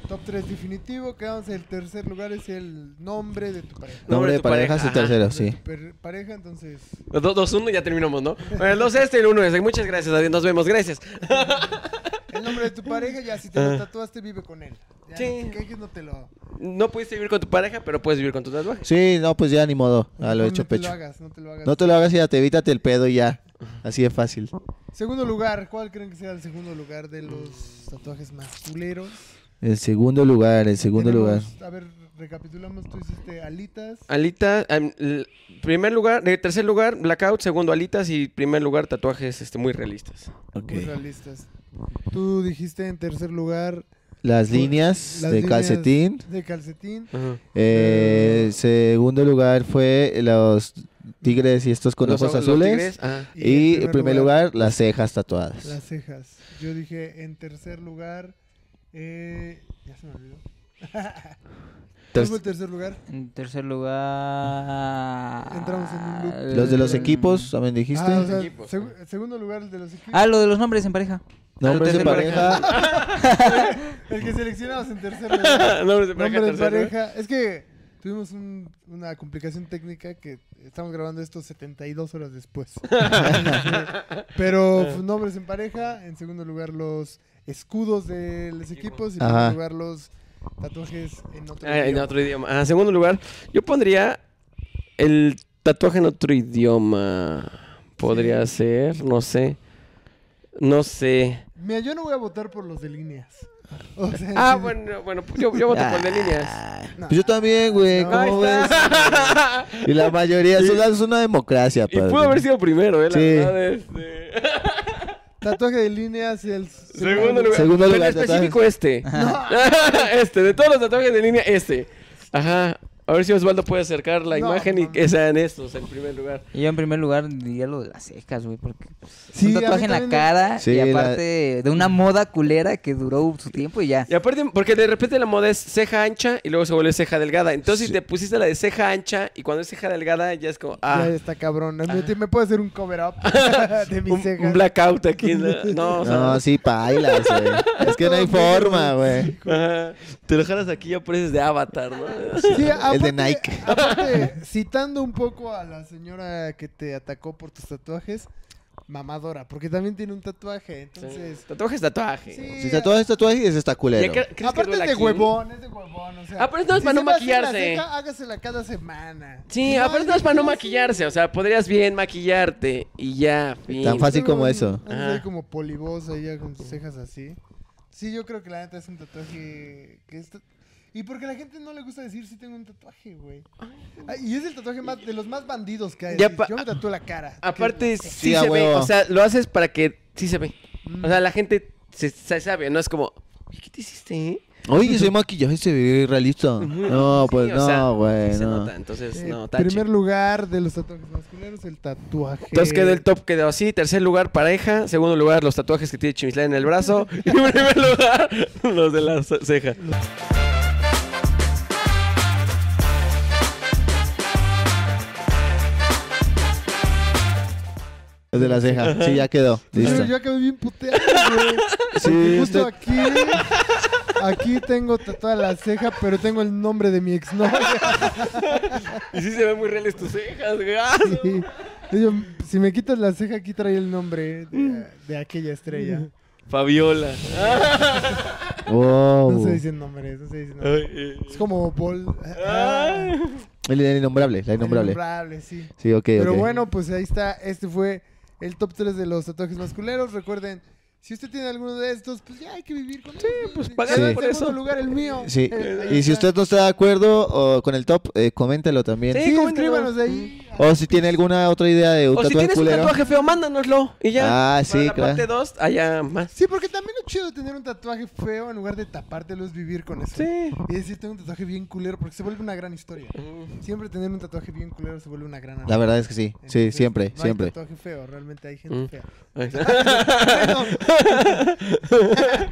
Speaker 3: Top 3 definitivo. Quedamos en el tercer lugar. Es el nombre de tu pareja.
Speaker 4: Nombre
Speaker 2: Nombre
Speaker 4: de
Speaker 2: de
Speaker 4: tu
Speaker 2: pareja
Speaker 4: pareja,
Speaker 2: es el
Speaker 4: ajá.
Speaker 2: tercero,
Speaker 3: De
Speaker 2: Ah, sí.
Speaker 3: tu per- pareja, entonces.
Speaker 4: Los dos, dos, uno, ya terminamos, ¿no? Bueno, el dos este y el uno ese. Muchas gracias, adiós, nos vemos, gracias.
Speaker 3: El nombre de tu pareja, ya si te
Speaker 2: Ah.
Speaker 3: lo tatuaste, vive con él. Ya,
Speaker 4: Sí.
Speaker 3: no te quejes, no te lo.
Speaker 4: No pudiste vivir con tu pareja, pero puedes vivir con tu tatuaje.
Speaker 2: Sí, no, pues ya ni modo. A lo
Speaker 3: no
Speaker 2: hecho
Speaker 3: te
Speaker 2: pecho.
Speaker 3: lo hagas, no te lo hagas.
Speaker 2: No te lo hagas y ya te evítate el pedo y ya. Así de fácil.
Speaker 3: Segundo lugar, ¿cuál creen que sea el segundo lugar de los tatuajes más culeros?
Speaker 2: El segundo lugar, el segundo lugar. Ah,
Speaker 3: Tenemos- A ver, recapitulamos. Tú hiciste alitas.
Speaker 4: Alitas, em, l- primer lugar, eh, tercer lugar, blackout, segundo alitas y primer lugar tatuajes este, muy realistas.
Speaker 2: Ok.
Speaker 3: Muy realistas. Tú dijiste en tercer lugar
Speaker 2: Las líneas
Speaker 3: las
Speaker 2: de
Speaker 3: líneas
Speaker 2: calcetín.
Speaker 3: De calcetín.
Speaker 4: Ajá.
Speaker 2: Eh, segundo lugar fue los tigres y estos con
Speaker 4: Los
Speaker 2: ojos
Speaker 4: ojos- los
Speaker 2: azules.
Speaker 4: tigres, ajá.
Speaker 2: Y en primer lugar, pues, las cejas tatuadas.
Speaker 3: Las cejas. Yo dije en tercer lugar. eh, ya se me olvidó. ¿Cuál
Speaker 2: Ter-
Speaker 3: fue el tercer lugar?
Speaker 5: En tercer lugar.
Speaker 3: Entramos en un loop. Em,
Speaker 2: los de los
Speaker 5: Mm.
Speaker 2: equipos, también dijiste.
Speaker 3: Ah, o sea,
Speaker 4: Equipos.
Speaker 3: seg- segundo lugar el de los equipos.
Speaker 5: Ah, lo de los nombres en pareja.
Speaker 2: Nombres de
Speaker 5: Los de pareja.
Speaker 2: pareja. (laughs)
Speaker 3: El que seleccionamos en tercer
Speaker 4: (laughs)
Speaker 3: lugar.
Speaker 4: Nombres de pareja,
Speaker 3: Nombre de
Speaker 4: tercer lugar.
Speaker 3: pareja. Es que tuvimos un- una complicación técnica que estamos grabando esto 72 horas
Speaker 4: (laughs)
Speaker 3: después.
Speaker 4: Ah.
Speaker 3: Pero pues, nombres en pareja. En segundo lugar, los escudos de los equipos. Y en
Speaker 2: Ajá.
Speaker 3: primer lugar, los tatuajes en otro
Speaker 4: Ah, en
Speaker 3: idioma.
Speaker 4: otro idioma. Ajá, segundo lugar, yo pondría el tatuaje en otro idioma. Podría ser, no sé. No sé.
Speaker 3: Mira, yo no voy a votar por los de líneas. O sea,
Speaker 4: Ah,
Speaker 3: (laughs) sí,
Speaker 4: bueno, bueno, yo, yo voto
Speaker 2: Ah,
Speaker 4: por de líneas.
Speaker 3: (laughs) no.
Speaker 2: Pues yo también, güey.
Speaker 3: No.
Speaker 4: Ahí
Speaker 2: ¿Cómo ves?
Speaker 4: está.
Speaker 2: Y la mayoría, son las- es una democracia,
Speaker 4: Y
Speaker 2: padre.
Speaker 4: pudo haber sido primero, ¿eh? La
Speaker 2: Sí.
Speaker 4: verdad, este.
Speaker 3: Tatuaje de líneas y el
Speaker 4: Segundo lugar.
Speaker 2: Segundo
Speaker 4: Pero
Speaker 2: lugar,
Speaker 4: en específico este. (laughs) este, de todos los tatuajes de línea, este. Ajá. A ver si Osvaldo puede acercar la
Speaker 3: No,
Speaker 4: imagen y
Speaker 3: no.
Speaker 4: que sean estos en primer lugar.
Speaker 5: Y yo en primer lugar diría lo de las cejas, güey, porque pues,
Speaker 3: Sí, a
Speaker 5: un
Speaker 3: mí
Speaker 5: tatuaje en la
Speaker 3: también me-
Speaker 5: cara
Speaker 2: Sí,
Speaker 5: y
Speaker 2: la-
Speaker 5: aparte de una moda culera que duró su tiempo y ya.
Speaker 4: Y aparte, porque de repente la moda es ceja ancha y luego se vuelve ceja delgada. Entonces, si te pusiste la de ceja ancha y cuando es ceja delgada, ya es como, ah,
Speaker 3: Ya está cabrón. Me, me puedo hacer un cover
Speaker 4: (laughs)
Speaker 3: up de mis
Speaker 4: un,
Speaker 3: cejas.
Speaker 4: un blackout aquí. en la- No, o sea,
Speaker 2: No, sí, pailas, güey.
Speaker 4: (laughs)
Speaker 2: Es que no hay
Speaker 3: Todo menos
Speaker 2: forma, güey.
Speaker 4: ajá. Te lo jalas aquí ya pareces de avatar, ¿no?
Speaker 3: Sí, aparte-
Speaker 2: de Nike.
Speaker 3: aparte, citando un poco a la señora que te atacó por tus tatuajes, mamadora, porque también tiene un tatuaje, entonces...
Speaker 4: Tatuaje es tatuaje.
Speaker 2: Si tatuajes, tatuajes, está
Speaker 4: Ya
Speaker 2: culero.
Speaker 4: cre- ¿crees que
Speaker 3: Aparte es
Speaker 4: duela
Speaker 3: de
Speaker 4: aquí?
Speaker 3: huevón, es de huevón, o sea...
Speaker 4: Aparte no es para
Speaker 3: se
Speaker 4: no
Speaker 3: va a hacer la
Speaker 4: maquillarse.
Speaker 3: ceja, hágasela cada semana.
Speaker 4: Sí,
Speaker 3: Si
Speaker 4: aparte no es para no maquillarse, o sea, podrías bien maquillarte y ya, fin.
Speaker 2: Tan fácil
Speaker 3: Sí,
Speaker 2: como
Speaker 3: bueno,
Speaker 2: eso.
Speaker 3: andas ahí
Speaker 4: Ajá.
Speaker 3: como polivoz ahí ya con tus cejas así. Sí, yo creo que la neta es un tatuaje que es... ta- Y porque a la gente no le gusta decir si tengo un tatuaje, güey. Ah, Y es el tatuaje más, de los más bandidos que hay.
Speaker 4: Ya
Speaker 3: así,
Speaker 4: pa-
Speaker 3: Yo me tatúo la cara.
Speaker 4: Aparte, sí,
Speaker 2: a
Speaker 4: se ve,
Speaker 2: huevo.
Speaker 4: o sea, lo haces para que sí se ve.
Speaker 3: Mm.
Speaker 4: O sea, la gente se, se sabe, no es como, "Oye, ¿qué te hiciste? eh?"
Speaker 2: Oye, ese maquillaje se ve realista. No,
Speaker 4: (laughs) Sí,
Speaker 2: pues
Speaker 4: o sea,
Speaker 2: no, güey,
Speaker 4: sí se
Speaker 2: no.
Speaker 4: nota, entonces,
Speaker 3: Eh,
Speaker 4: pues, no, tache.
Speaker 3: primer lugar de los tatuajes masculinos, el tatuaje.
Speaker 4: Entonces quedó el top, quedó así. Tercer lugar, pareja. Segundo lugar, los tatuajes que tiene Chimislán en el
Speaker 2: (laughs)
Speaker 4: brazo. Y en primer lugar, los de la ce- ceja.
Speaker 2: Es de la ceja. Sí, ya quedó.
Speaker 3: Pero
Speaker 2: Listo.
Speaker 3: (laughs) yo acabé bien puteado,
Speaker 4: (laughs)
Speaker 3: güey.
Speaker 2: Sí,
Speaker 3: Porque justo
Speaker 2: usted-
Speaker 3: aquí. Aquí tengo tatuada la ceja, pero tengo el nombre de mi
Speaker 4: (laughs)
Speaker 3: exnovia. (laughs)
Speaker 4: Y sí se ven muy reales tus cejas, güey. Ah,
Speaker 3: Sí. Yo, si me quitas la ceja, aquí trae el nombre de, de aquella estrella.
Speaker 4: Fabiola. Ah,
Speaker 2: Wow.
Speaker 3: No se dicen nombres, no se dicen nombres.
Speaker 4: Oh. Ay, eh.
Speaker 3: Es como Bol.
Speaker 4: Ah.
Speaker 3: ah,
Speaker 2: El, el innombrable, la innombrable.
Speaker 3: innombrable, sí.
Speaker 2: Sí, ok,
Speaker 3: Pero
Speaker 2: ok.
Speaker 3: bueno, pues ahí está. Este fue el top 3 de los tatuajes masculeros. Recuerden, si usted tiene alguno de estos, pues ya hay que vivir con Sí,
Speaker 4: pues,
Speaker 3: pagar
Speaker 4: pagar
Speaker 3: en
Speaker 4: por
Speaker 3: segundo
Speaker 4: eso.
Speaker 3: lugar el mío.
Speaker 4: (laughs)
Speaker 2: Sí.
Speaker 3: Eh, ahí
Speaker 2: Y si
Speaker 3: está.
Speaker 2: usted no está de acuerdo o con el top, eh, coméntelo también.
Speaker 4: Sí.
Speaker 3: Sí,
Speaker 4: coméntenos.
Speaker 3: escríbanos de ahí.
Speaker 2: O si tiene alguna otra idea de un
Speaker 4: O si
Speaker 2: tatuaje
Speaker 4: tienes un
Speaker 2: culero.
Speaker 4: tatuaje feo, mándanoslo. Y ya.
Speaker 2: Ah, sí,
Speaker 4: Para la
Speaker 2: claro.
Speaker 4: parte 2, allá más.
Speaker 3: Sí, porque también lo chido de tener un tatuaje feo en lugar de tapártelo es vivir con eso.
Speaker 4: Sí.
Speaker 3: Y decir, tengo un tatuaje bien culero porque se vuelve una gran historia.
Speaker 2: Mm.
Speaker 3: Siempre tener un tatuaje bien culero se vuelve una gran
Speaker 2: La verdad es que sí. Sí,
Speaker 3: Entonces,
Speaker 2: siempre,
Speaker 3: no hay
Speaker 2: siempre.
Speaker 3: tatuaje feo, realmente hay gente
Speaker 4: Mm.
Speaker 3: fea.
Speaker 4: Ay.
Speaker 3: Bueno. (laughs)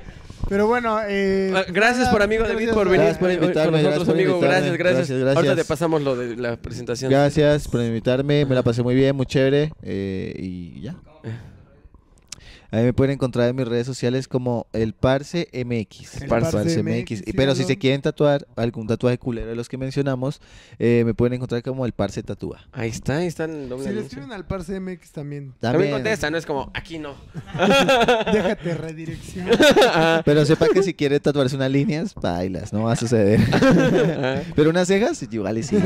Speaker 3: Pero bueno, eh,
Speaker 4: Ah, Gracias por amigo David por venir
Speaker 2: Gracias por
Speaker 4: hoy
Speaker 2: invitarme,
Speaker 4: con
Speaker 2: gracias
Speaker 4: nosotros,
Speaker 2: por
Speaker 4: amigo. Gracias,
Speaker 2: invitarme.
Speaker 4: gracias,
Speaker 2: Gracias, gracias.
Speaker 4: Ahorita te pasamos lo de la presentación. Eh.
Speaker 2: Gracias por invitarme, me la pasé muy bien, muy chévere eh, y ya. A mí me pueden encontrar en mis redes sociales como el Parse MX.
Speaker 3: El
Speaker 2: Parce
Speaker 3: Parce
Speaker 2: MX.
Speaker 3: MX,
Speaker 2: Y- Pero si
Speaker 3: síganlo.
Speaker 2: se quieren tatuar algún tatuaje culero de los que mencionamos, eh, me pueden encontrar como el Parse Tatúa.
Speaker 4: Ahí está, ahí está el doble
Speaker 3: Si le
Speaker 4: anuncio.
Speaker 3: escriben al Parse MX
Speaker 4: (laughs)
Speaker 3: también,
Speaker 4: También
Speaker 2: También.
Speaker 4: contesta, no es como, aquí no.
Speaker 3: déjate redirección.
Speaker 4: Ajá.
Speaker 2: Pero sepa que si quiere tatuarse unas líneas, bailas, no va a suceder. Pero unas cejas, igual y sí.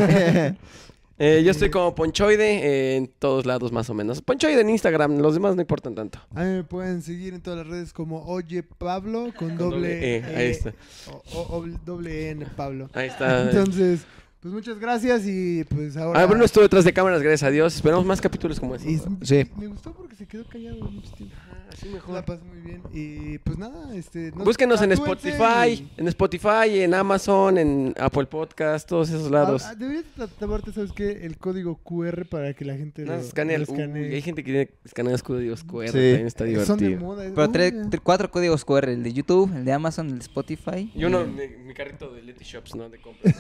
Speaker 4: Eh, yo estoy como Ponchoide eh, en todos lados más o menos. Ponchoide en Instagram, los demás no importan tanto.
Speaker 3: A mí me pueden seguir en todas las redes como Oye Pablo con
Speaker 4: doble
Speaker 3: doble
Speaker 4: E, ahí está.
Speaker 3: o- o- o- doble E en Pablo.
Speaker 4: Ahí está.
Speaker 3: Entonces, pues muchas gracias y pues ahora...
Speaker 4: Ah, Bruno estuvo detrás de cámaras, gracias a Dios. Esperamos más capítulos como Ah,
Speaker 3: Y-
Speaker 4: ese.
Speaker 2: Sí.
Speaker 3: Me gustó porque se quedó callado mucho tiempo.
Speaker 4: Así
Speaker 3: La pasé muy bien. Y pues nada, este... no-
Speaker 4: Búsquenos en
Speaker 3: tatúense
Speaker 4: Spotify,
Speaker 3: y-
Speaker 4: en Spotify, en Amazon, en Apple Podcast, todos esos lados.
Speaker 3: Ah, ah, deberías tatuarte, ¿sabes qué? El código QR para que la gente
Speaker 4: No,
Speaker 3: lo,
Speaker 4: escanea
Speaker 3: lo
Speaker 4: el- uy, hay gente que tiene escaneados códigos QR,
Speaker 2: Sí.
Speaker 4: también está
Speaker 3: Son de
Speaker 4: divertido.
Speaker 3: moda. es-
Speaker 5: Pero
Speaker 3: uy,
Speaker 5: tres,
Speaker 3: ya.
Speaker 5: tre- cuatro códigos QR, el de YouTube, el de Amazon, el de Spotify.
Speaker 4: Y uno, mi, mi carrito de Letty Shops, ¿no? De
Speaker 3: (laughs)
Speaker 4: compras.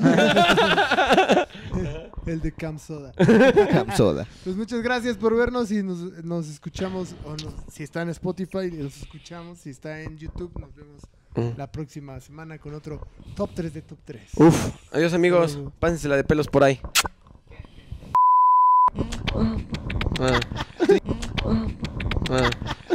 Speaker 3: El de Cam
Speaker 4: (laughs)
Speaker 3: Soda.
Speaker 2: Soda.
Speaker 3: Pues muchas gracias por vernos y nos, nos escuchamos. O nos- si está en Spotify, nos escuchamos. Si está en YouTube, nos vemos
Speaker 4: Mm.
Speaker 3: la próxima semana con otro top 3 de top 3.
Speaker 4: Uf. Adiós, amigos.
Speaker 3: Luego.
Speaker 4: Pásensela de pelos por ahí. Ah. Ah.